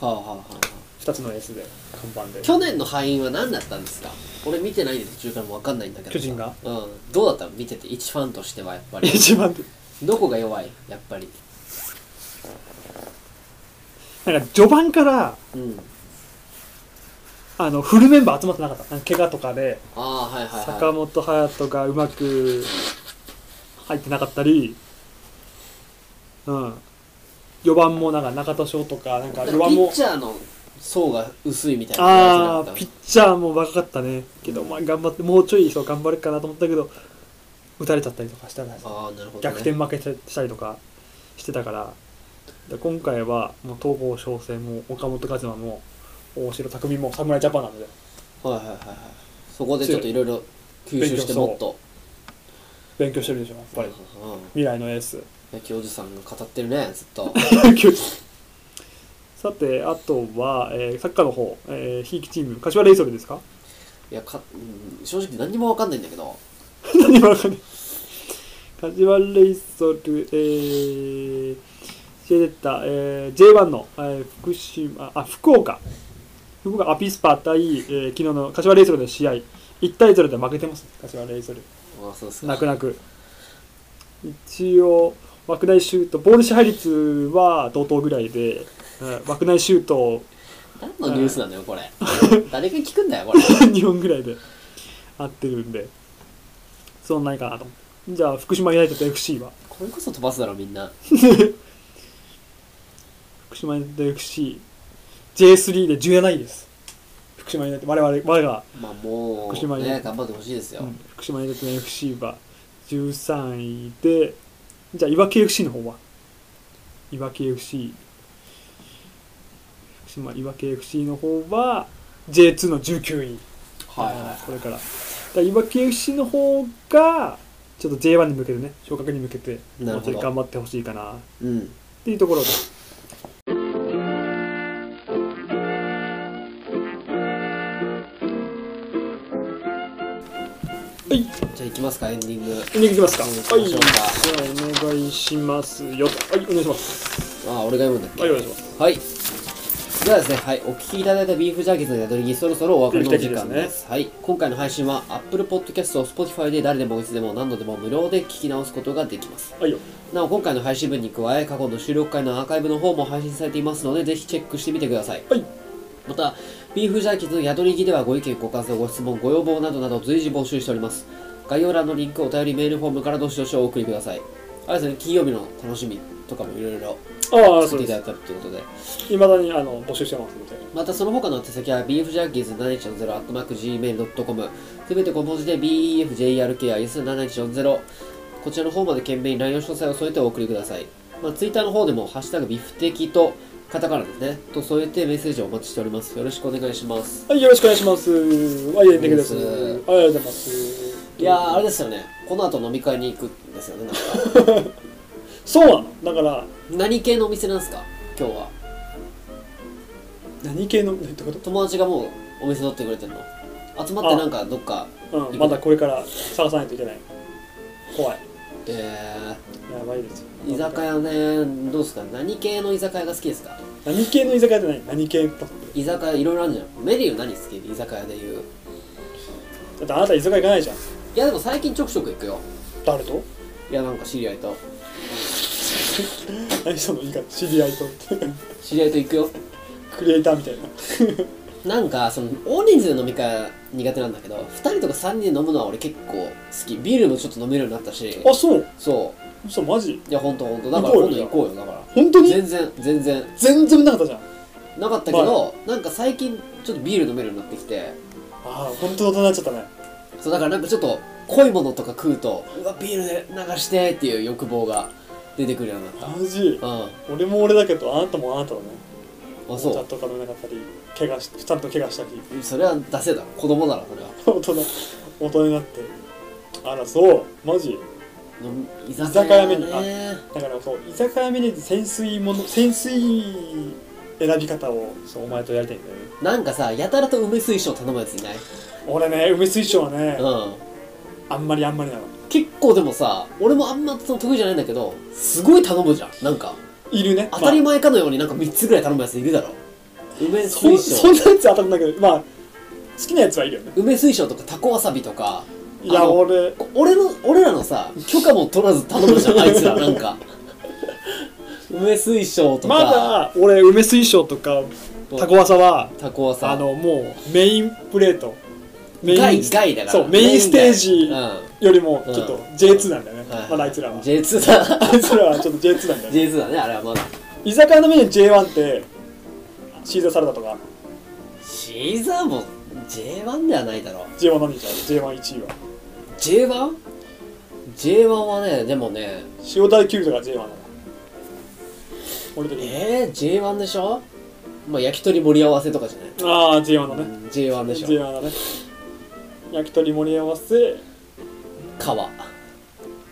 Speaker 3: あはあはあはあ
Speaker 2: 2つのエースで看板で
Speaker 3: 去年の敗因は何だったんですか俺見てないんです中間も分かんないんだけどさ
Speaker 2: 巨人が
Speaker 3: うんどうだった見てて一ファンとしてはやっぱり
Speaker 2: (laughs) 一番で
Speaker 3: どこが弱いやっぱり
Speaker 2: なんか序盤から
Speaker 3: うん
Speaker 2: あのフルメンバー集まってなかったなんか怪我とかで
Speaker 3: ああはいはいはい
Speaker 2: 坂本勇人がうまく入ってなかったり、うん、4番もなんか中田翔とかなんか
Speaker 3: だから
Speaker 2: 4番
Speaker 3: ピッ
Speaker 2: も
Speaker 3: チャーの層が薄いみたいな
Speaker 2: ああ
Speaker 3: 感
Speaker 2: ピ
Speaker 3: じ
Speaker 2: ッチャーも若かったねけど、まあ、頑張ってもうちょいそう頑張るかなと思ったけど打たれちゃったりとかしたら
Speaker 3: ああーなるほど、ね、
Speaker 2: 逆転負けしたりとかしてたからで今回はもう東郷翔征も岡本和真も大城匠も侍ジャパンなので
Speaker 3: はいはいはいはいそこでちょっといろいろ吸収してもっと
Speaker 2: 勉強してるでしょやっぱり
Speaker 3: うんうん
Speaker 2: 未来のエース。
Speaker 3: 野球おじさんが語ってるねずっと
Speaker 2: さて、あとは、えーサッカーの方、えー、ひいきチーム、柏レイソルですか
Speaker 3: いやか、うん、正直何にも分かんないんだけど
Speaker 2: 何もわかんない。柏レイソル、えー、シェレッタ、えー、J1 の、えー福島、あ、福岡。福岡アピスパ対、えー、昨日の柏レイソルの試合、1対0で負けてます、柏レイソル。
Speaker 3: あそうですか
Speaker 2: 泣く泣く。一応、枠内シュート、ボール支配率は同等ぐらいで、うん枠内シュート
Speaker 3: 何のニュースなんだよこれ誰が聞くんだよこれ
Speaker 2: 2本ぐらいで合ってるんでそんないかなとじゃあ福島ユナイテッド FC は
Speaker 3: これこそ飛ばすだろみんな
Speaker 2: 福島ユナイテッド FCJ3 で17位です福島ユナイテッド我々我が、
Speaker 3: まあも
Speaker 2: 福島
Speaker 3: う
Speaker 2: に
Speaker 3: ね頑張ってほしいですよ、
Speaker 2: うん福島ユナイテッド FC は13位でじゃあいわき FC の方はいわき FC 福島いわき FC の方は J2 の19位
Speaker 3: はいはい
Speaker 2: これから。だからいわき FC の方が、ちょっと J1 に向けてね、昇格に向けて、
Speaker 3: なる
Speaker 2: もうち
Speaker 3: ほ
Speaker 2: ょ
Speaker 3: ど
Speaker 2: い頑張ってほしいかなっ
Speaker 3: うん
Speaker 2: ていうところで。はい、
Speaker 3: じゃあ行きますかエンディング
Speaker 2: エンディングいきますか。
Speaker 3: うん
Speaker 2: はい、
Speaker 3: 行き
Speaker 2: じゃ
Speaker 3: まし
Speaker 2: あお願いしますよと。はい、お願いします。
Speaker 3: ああ俺が読むんだっけ
Speaker 2: はい、お願いします。
Speaker 3: はい。ではですね、はい、お聞きいただいたビーフジャーキーズの宿りにそろそろお別れのお時間
Speaker 2: ビーフジャーキー
Speaker 3: で
Speaker 2: です
Speaker 3: す。はい、今回の配信は Apple Podcast を Spotify で誰でもいつでも何度でも無料で聞き直すことができます。
Speaker 2: はいよ。
Speaker 3: なお、今回の配信分に加え、過去の収録回のアーカイブの方も配信されていますので、ぜひチェックしてみてください。
Speaker 2: はい。
Speaker 3: また、ビーフジャーキーズの宿り着ではご意見、ご感想、ご質問、ご要望などなど随時募集しております。概要欄のリンク、お便りメールフォームからどしどしお送りください。あれですね、金曜日の楽しみとかもいろいろ
Speaker 2: ああ、そ
Speaker 3: 作っ
Speaker 2: う
Speaker 3: ていた
Speaker 2: で
Speaker 3: だい
Speaker 2: す。
Speaker 3: たということで、
Speaker 2: いまだにあの募集してますので。
Speaker 3: またその他の手先は bfjunkies7140-gmail.com すべて小文字で befjrkis7140 こちらの方まで懸命に LINE の詳細を添えてお送りください、まあ、Twitter の方でも「ハッシュタグビフテキ」とカタカナですねと添えてメッセージをお待ちしておりますよろしくお願いします
Speaker 2: はい、よろしくお願いします。はい、エンディングです。あ
Speaker 3: です
Speaker 2: りがとうございます。
Speaker 3: いやーあれですよねこの後飲み会に行くんですよねなんか
Speaker 2: そうなの。だから、
Speaker 3: 何系のお店なんですか今日は
Speaker 2: 何系の、ってこ
Speaker 3: 友達がもうお店取ってくれてるの集まってなんかどっか
Speaker 2: とうん、まだこれから探さないといけない。怖い。
Speaker 3: え
Speaker 2: やばいですよ。
Speaker 3: ー、居酒屋ねどうですか何系の居酒屋が好きですか
Speaker 2: 何系の居酒屋じゃない何系だって。
Speaker 3: 居酒屋いろいろあるじゃんメニュー何好き居酒屋で言う
Speaker 2: だってあなた居酒屋行かないじゃん。
Speaker 3: いやでも最近ちょくちょく行くよ
Speaker 2: 誰と
Speaker 3: いやなんか知り合いと
Speaker 2: 何その言い方。知り合いと。 (laughs)
Speaker 3: 知り合いと行くよ
Speaker 2: クリエイターみたいな。
Speaker 3: なんかその大人数で飲み会は苦手なんだけど2人とか3人で飲むのは俺結構好きビールもちょっと飲めるようになったし
Speaker 2: あ、そう。
Speaker 3: そ
Speaker 2: そう、マジ。
Speaker 3: ういやほんとほんとだから
Speaker 2: 行こ
Speaker 3: 今
Speaker 2: う
Speaker 3: 度
Speaker 2: よ
Speaker 3: 行こうよだから
Speaker 2: 本当に
Speaker 3: 全然全然
Speaker 2: 全然なかったじゃん。
Speaker 3: なかったけど、なんか最近ちょっとビール飲めるようになってきて
Speaker 2: ああ、本当大人になっちゃったね。
Speaker 3: そうだからなんかちょっと濃いものとか食うとうわビールで流してっていう欲望が出てくるようになっ
Speaker 2: マジ
Speaker 3: た。うん
Speaker 2: 俺も俺だけど、あなたもあなただね。
Speaker 3: あ
Speaker 2: お茶
Speaker 3: そ
Speaker 2: とか飲めなかったり、怪我し、ちゃんと怪我したり。
Speaker 3: うそれは出せだろ子供だろそれは
Speaker 2: 大人大人になってあらそうマジ
Speaker 3: 飲み居
Speaker 2: 居酒屋メニュー
Speaker 3: ね
Speaker 2: だからそう居酒屋メニューで潜水もの潜水選び方をそうお前とやりたいんだよね
Speaker 3: なんかさやたらと梅水晶頼むやついない
Speaker 2: 俺ね梅水晶はね、
Speaker 3: うん
Speaker 2: あんまりあんまりなの
Speaker 3: 結構でもさ俺もあんまその得意じゃないんだけどすごい頼むじゃんなんか
Speaker 2: いるね
Speaker 3: 当たり前かのようになんか3つぐらい頼むやついるだろ梅
Speaker 2: そ
Speaker 3: 水
Speaker 2: そん
Speaker 3: 晶
Speaker 2: なやつ当たるんだけどまあ好きなやつはいるよね
Speaker 3: 梅水晶とかタコわさびとか
Speaker 2: い
Speaker 3: あ
Speaker 2: や
Speaker 3: の
Speaker 2: 俺
Speaker 3: 俺の俺らのさ許可も取らず頼むじゃんあいつらなんか梅水晶とか、
Speaker 2: まだ俺梅水晶とかタコワサは
Speaker 3: タコはさ
Speaker 2: あのもうメインプレートメ
Speaker 3: ガイ
Speaker 2: イン
Speaker 3: ガイだから
Speaker 2: そうメインステージ
Speaker 3: うんは
Speaker 2: よりもちょっと J2 なんだよね、
Speaker 3: いはい
Speaker 2: まだあいつらは
Speaker 3: J2 だ (laughs)
Speaker 2: あいつらはちょっと J2 なんだよね
Speaker 3: J2 だねあれはまだ
Speaker 2: 居酒屋のメニュー J1 ってシーザーサラダとか
Speaker 3: シーザーも J1 ではないだろ
Speaker 2: J1 何じゃう J11 位は
Speaker 3: J1?J1 はねでもね
Speaker 2: 塩大キュウリとか J1 なの俺的に
Speaker 3: えー、J1 でしょまあ焼き鳥盛り合わせとかじゃない
Speaker 2: ああ J1 のね
Speaker 3: J1 でし
Speaker 2: J1
Speaker 3: ょ
Speaker 2: のね焼き鳥盛り合わせ
Speaker 3: 皮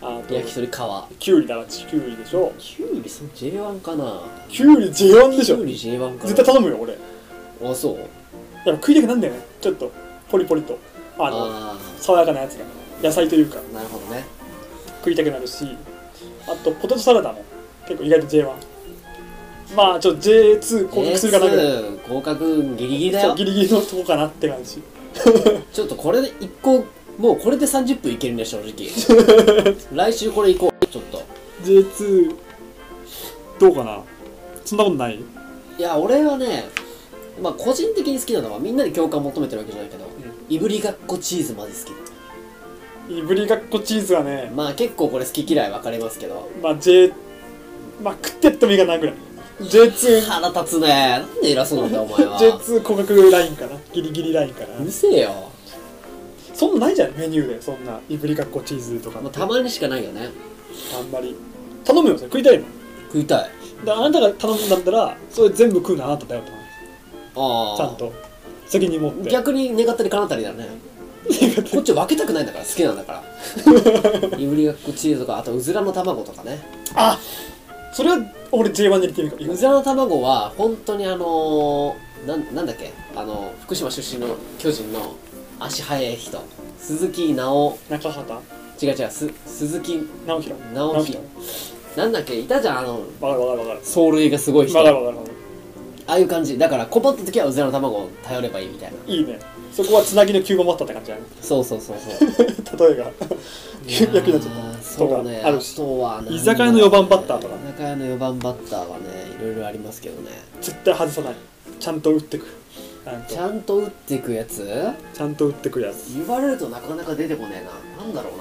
Speaker 2: あと
Speaker 3: 焼き鳥皮
Speaker 2: キュウリだらちキュウリでしょ
Speaker 3: キュウリその J1 かな
Speaker 2: キュウリ J1 でし
Speaker 3: キ
Speaker 2: ょ
Speaker 3: ュウリ J1 かな
Speaker 2: 絶対頼むよ俺やっ
Speaker 3: あそう
Speaker 2: ぱ食いたくなんだよねちょっとポリポリとあの
Speaker 3: あ
Speaker 2: 爽やかなやつが野菜というか
Speaker 3: あなるほどね
Speaker 2: 食いたくなるしあとポテトサラダも結構意外と J1 まあちょっと J2 降格するかなぐらい
Speaker 3: J2 合格ギリギリだ
Speaker 2: そう
Speaker 3: よ
Speaker 2: ギリギリのとこかなって感じ
Speaker 3: ちょっとこれで一個もうこれで30分いけるね正
Speaker 2: (laughs)
Speaker 3: 直来週これ行こうちょっと
Speaker 2: J2 どうかなそんなことない
Speaker 3: いや俺はねまあ個人的に好きなのはみんなに共感求めてるわけじゃないけど、いぶりがっこチーズまで好き
Speaker 2: いぶりがっこチーズはね
Speaker 3: まあ結構これ好き嫌い分かれますけど
Speaker 2: まあ J まあ食ってってもいいかなぐらい J2J2
Speaker 3: 腹立つねなんで偉そうなんだお前
Speaker 2: (laughs)
Speaker 3: は
Speaker 2: 降格ラインかなギリギリラインかな
Speaker 3: うるせえよ、
Speaker 2: そんなないじゃんメニューでそんないぶりがっこチーズとか
Speaker 3: まあ、
Speaker 2: って
Speaker 3: たまにしかないよね
Speaker 2: あんまり頼むよそれ食いたいの
Speaker 3: 食いたい
Speaker 2: であなたが頼んだんだらそれ全部食うのあなただよと
Speaker 3: ああ
Speaker 2: ちゃんと責任持って
Speaker 3: 逆に願ったりかなったりだねこっちは分けたくないんだから好きなんだから
Speaker 2: (laughs)
Speaker 3: いぶりがっこチーズとかあとうずらの卵とかね
Speaker 2: あそれは俺 J1 で言ってみるか
Speaker 3: うずらの卵は本当にあのー、なんなんだっけあの福島出身の巨人の足速い人鈴木直
Speaker 2: 中畑
Speaker 3: 違う違うす鈴木
Speaker 2: 直弘
Speaker 3: 直樹なんだっけいたじゃんあの
Speaker 2: わかるわかるわかる
Speaker 3: 走塁がすごい人
Speaker 2: わかる
Speaker 3: あ
Speaker 2: わかるわか
Speaker 3: あいう感じだから困った時はうずらの卵を頼ればいいみたいな
Speaker 2: るいいねそこはつなぎの吸盤もあったって感じだね
Speaker 3: そうそうそうそう
Speaker 2: (laughs) 例えが役に立っちゃ
Speaker 3: いや
Speaker 2: っ
Speaker 3: ー
Speaker 2: た
Speaker 3: そうね
Speaker 2: とかあるし
Speaker 3: あとはなんだろう
Speaker 2: 居酒屋の四番バッターとか
Speaker 3: 居酒屋の4番バッターはねいろいろありますけどね
Speaker 2: 絶対外さないちゃんと打ってくちゃんと
Speaker 3: ちゃんと打っていくやつ
Speaker 2: ちゃんと打ってくるやつ
Speaker 3: 言われるとなかなか出てこねえななんだろう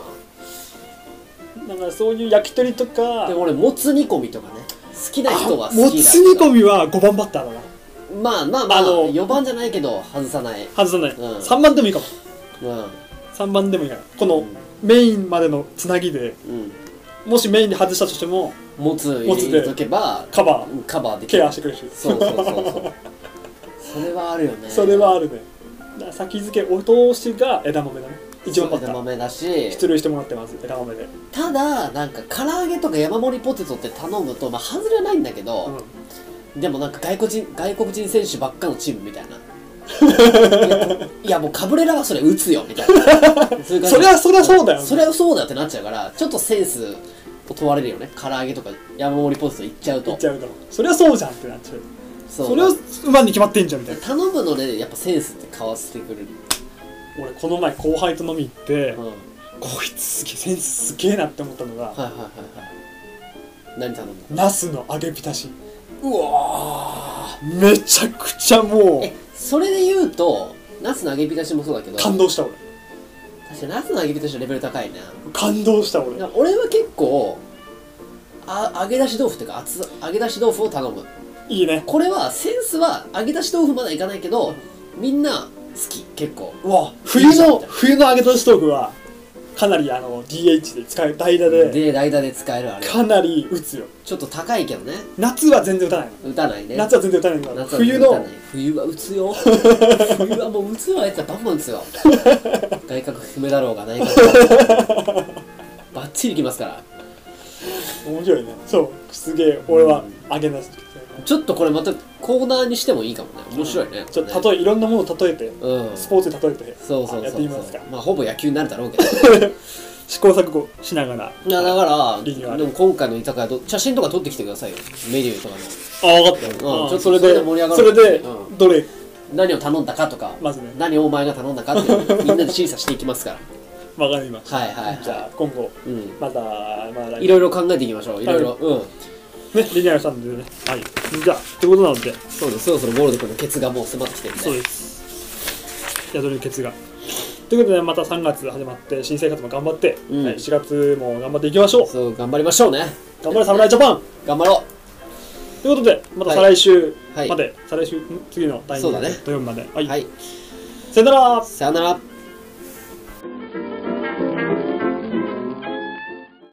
Speaker 3: な
Speaker 2: なんかそういう焼き鳥とか
Speaker 3: でも俺もつ煮込みとかね好きな人は好きだ
Speaker 2: も
Speaker 3: けど
Speaker 2: つ煮込みは5番バッターだな
Speaker 3: まあまあまあ
Speaker 2: あの
Speaker 3: 4番じゃないけど外さない
Speaker 2: 外さない、
Speaker 3: うん
Speaker 2: 3番でもいいかも
Speaker 3: うんうん
Speaker 2: 3番でもいいからこのメインまでのつなぎでもしメインで外したとしても
Speaker 3: もつ入れとけば
Speaker 2: カバー
Speaker 3: うんカバーでき
Speaker 2: ケ
Speaker 3: る
Speaker 2: アしてくれるし
Speaker 3: そうそうそうそうそれはあるよね
Speaker 2: それはあるねだから先付けお通しが枝豆だね一番バッタ
Speaker 3: 枝
Speaker 2: ー
Speaker 3: 豆だし
Speaker 2: 出塁してもらってます枝豆で、
Speaker 3: ただなんか唐揚げとか山盛りポテトって頼むとまあ外れはないんだけど、
Speaker 2: う
Speaker 3: でもなんか外国人外国人選手ばっかのチームみたいない
Speaker 2: (laughs)
Speaker 3: やいやもうカブレラはそれ打つよみたいなそれ
Speaker 2: ん、それはそれはそうだよ、ね、
Speaker 3: それはそうだってなっちゃうからちょっとセンスを問われるよね唐揚げとか山盛りポテトいっちゃうと
Speaker 2: 言っちゃうとそれはそうじゃんってなっちゃう
Speaker 3: そ
Speaker 2: そうれはうまに決まってんじゃんみたいな
Speaker 3: 頼むのでやっぱセンスって変わってくる、
Speaker 2: 俺この前後輩と飲み行って、
Speaker 3: うん、はい
Speaker 2: こいつすげえセンスすげえなって思ったのが、
Speaker 3: はいはいはい何頼んだ
Speaker 2: ナスの揚げ浸し
Speaker 3: うわ
Speaker 2: めちゃくちゃも
Speaker 3: え
Speaker 2: う
Speaker 3: それで言うとナスの揚げ浸しもそうだけど
Speaker 2: 感動した俺
Speaker 3: 確かにナスの揚げ浸しのレベル高いな
Speaker 2: 感動した俺
Speaker 3: なんか俺は結構あ揚げ出し豆腐っていうか厚揚げ出し豆腐を頼む
Speaker 2: いいね
Speaker 3: これはセンスは揚げ出し豆腐まだいかないけどみんな好き結構
Speaker 2: うわ冬の冬の揚げ出し豆腐はかなりあの DH で使う代打で
Speaker 3: で代打で使えるあれ
Speaker 2: かなり打つよ
Speaker 3: ちょっと高いけどね
Speaker 2: 夏は全然打たないの
Speaker 3: 打たないね
Speaker 2: 夏は全然打たないんだから
Speaker 3: 夏は
Speaker 2: 冬
Speaker 3: 打た
Speaker 2: の
Speaker 3: ない冬は打つよ冬はもう打つよあいつはバンバン打つ
Speaker 2: (laughs)
Speaker 3: よ外角低めだろうが内角だろうがバッチリいきますから
Speaker 2: 面白いねそうすげえ俺は揚げ出し
Speaker 3: ちょっとこれまたコーナーにしてもいいかもね面白いね
Speaker 2: ちょっと例えいろんなものを例えて
Speaker 3: うん
Speaker 2: スポーツで例えて
Speaker 3: そうそうそうそう
Speaker 2: やってみますか
Speaker 3: まあほぼ野球になるだろ
Speaker 2: (laughs)
Speaker 3: うけど
Speaker 2: 試行錯誤しながら
Speaker 3: いやだか
Speaker 2: リニューア
Speaker 3: ら
Speaker 2: ル
Speaker 3: でも今回の居酒屋ど写真とか撮ってきてくださいよメニューとかの
Speaker 2: ああ分かった
Speaker 3: うん
Speaker 2: あ
Speaker 3: ちょっと
Speaker 2: それ
Speaker 3: それ
Speaker 2: で
Speaker 3: で盛り上がる
Speaker 2: それで
Speaker 3: う
Speaker 2: どれ
Speaker 3: 何を頼んだかとか、
Speaker 2: まずね
Speaker 3: 何をお前が頼んだかって
Speaker 2: (laughs)
Speaker 3: いうのをみんなで審査していきますから
Speaker 2: 分かりました
Speaker 3: はいはいはい
Speaker 2: じゃあ今後
Speaker 3: うん
Speaker 2: またまあ
Speaker 3: いろいろ考えていきましょういろいろ、うん
Speaker 2: ねリニューアルしたんでねはいじゃあということなので
Speaker 3: そうですそろそろゴールド君のケツがもう迫ってきてるね
Speaker 2: そうです。宿りケツが。ということで、また3月始まって、新生活も頑張って、
Speaker 3: うん
Speaker 2: はい4月も頑張っていきましょう。
Speaker 3: そう頑張りましょうね
Speaker 2: 頑張れ、侍ジャパン
Speaker 3: 頑張ろ
Speaker 2: ということで、また再来週
Speaker 3: はい
Speaker 2: まで、再来週、ん次の第
Speaker 3: そうだね
Speaker 2: 2土曜日まで。は
Speaker 3: う
Speaker 2: い。
Speaker 3: はい
Speaker 2: さよなら
Speaker 3: さよなら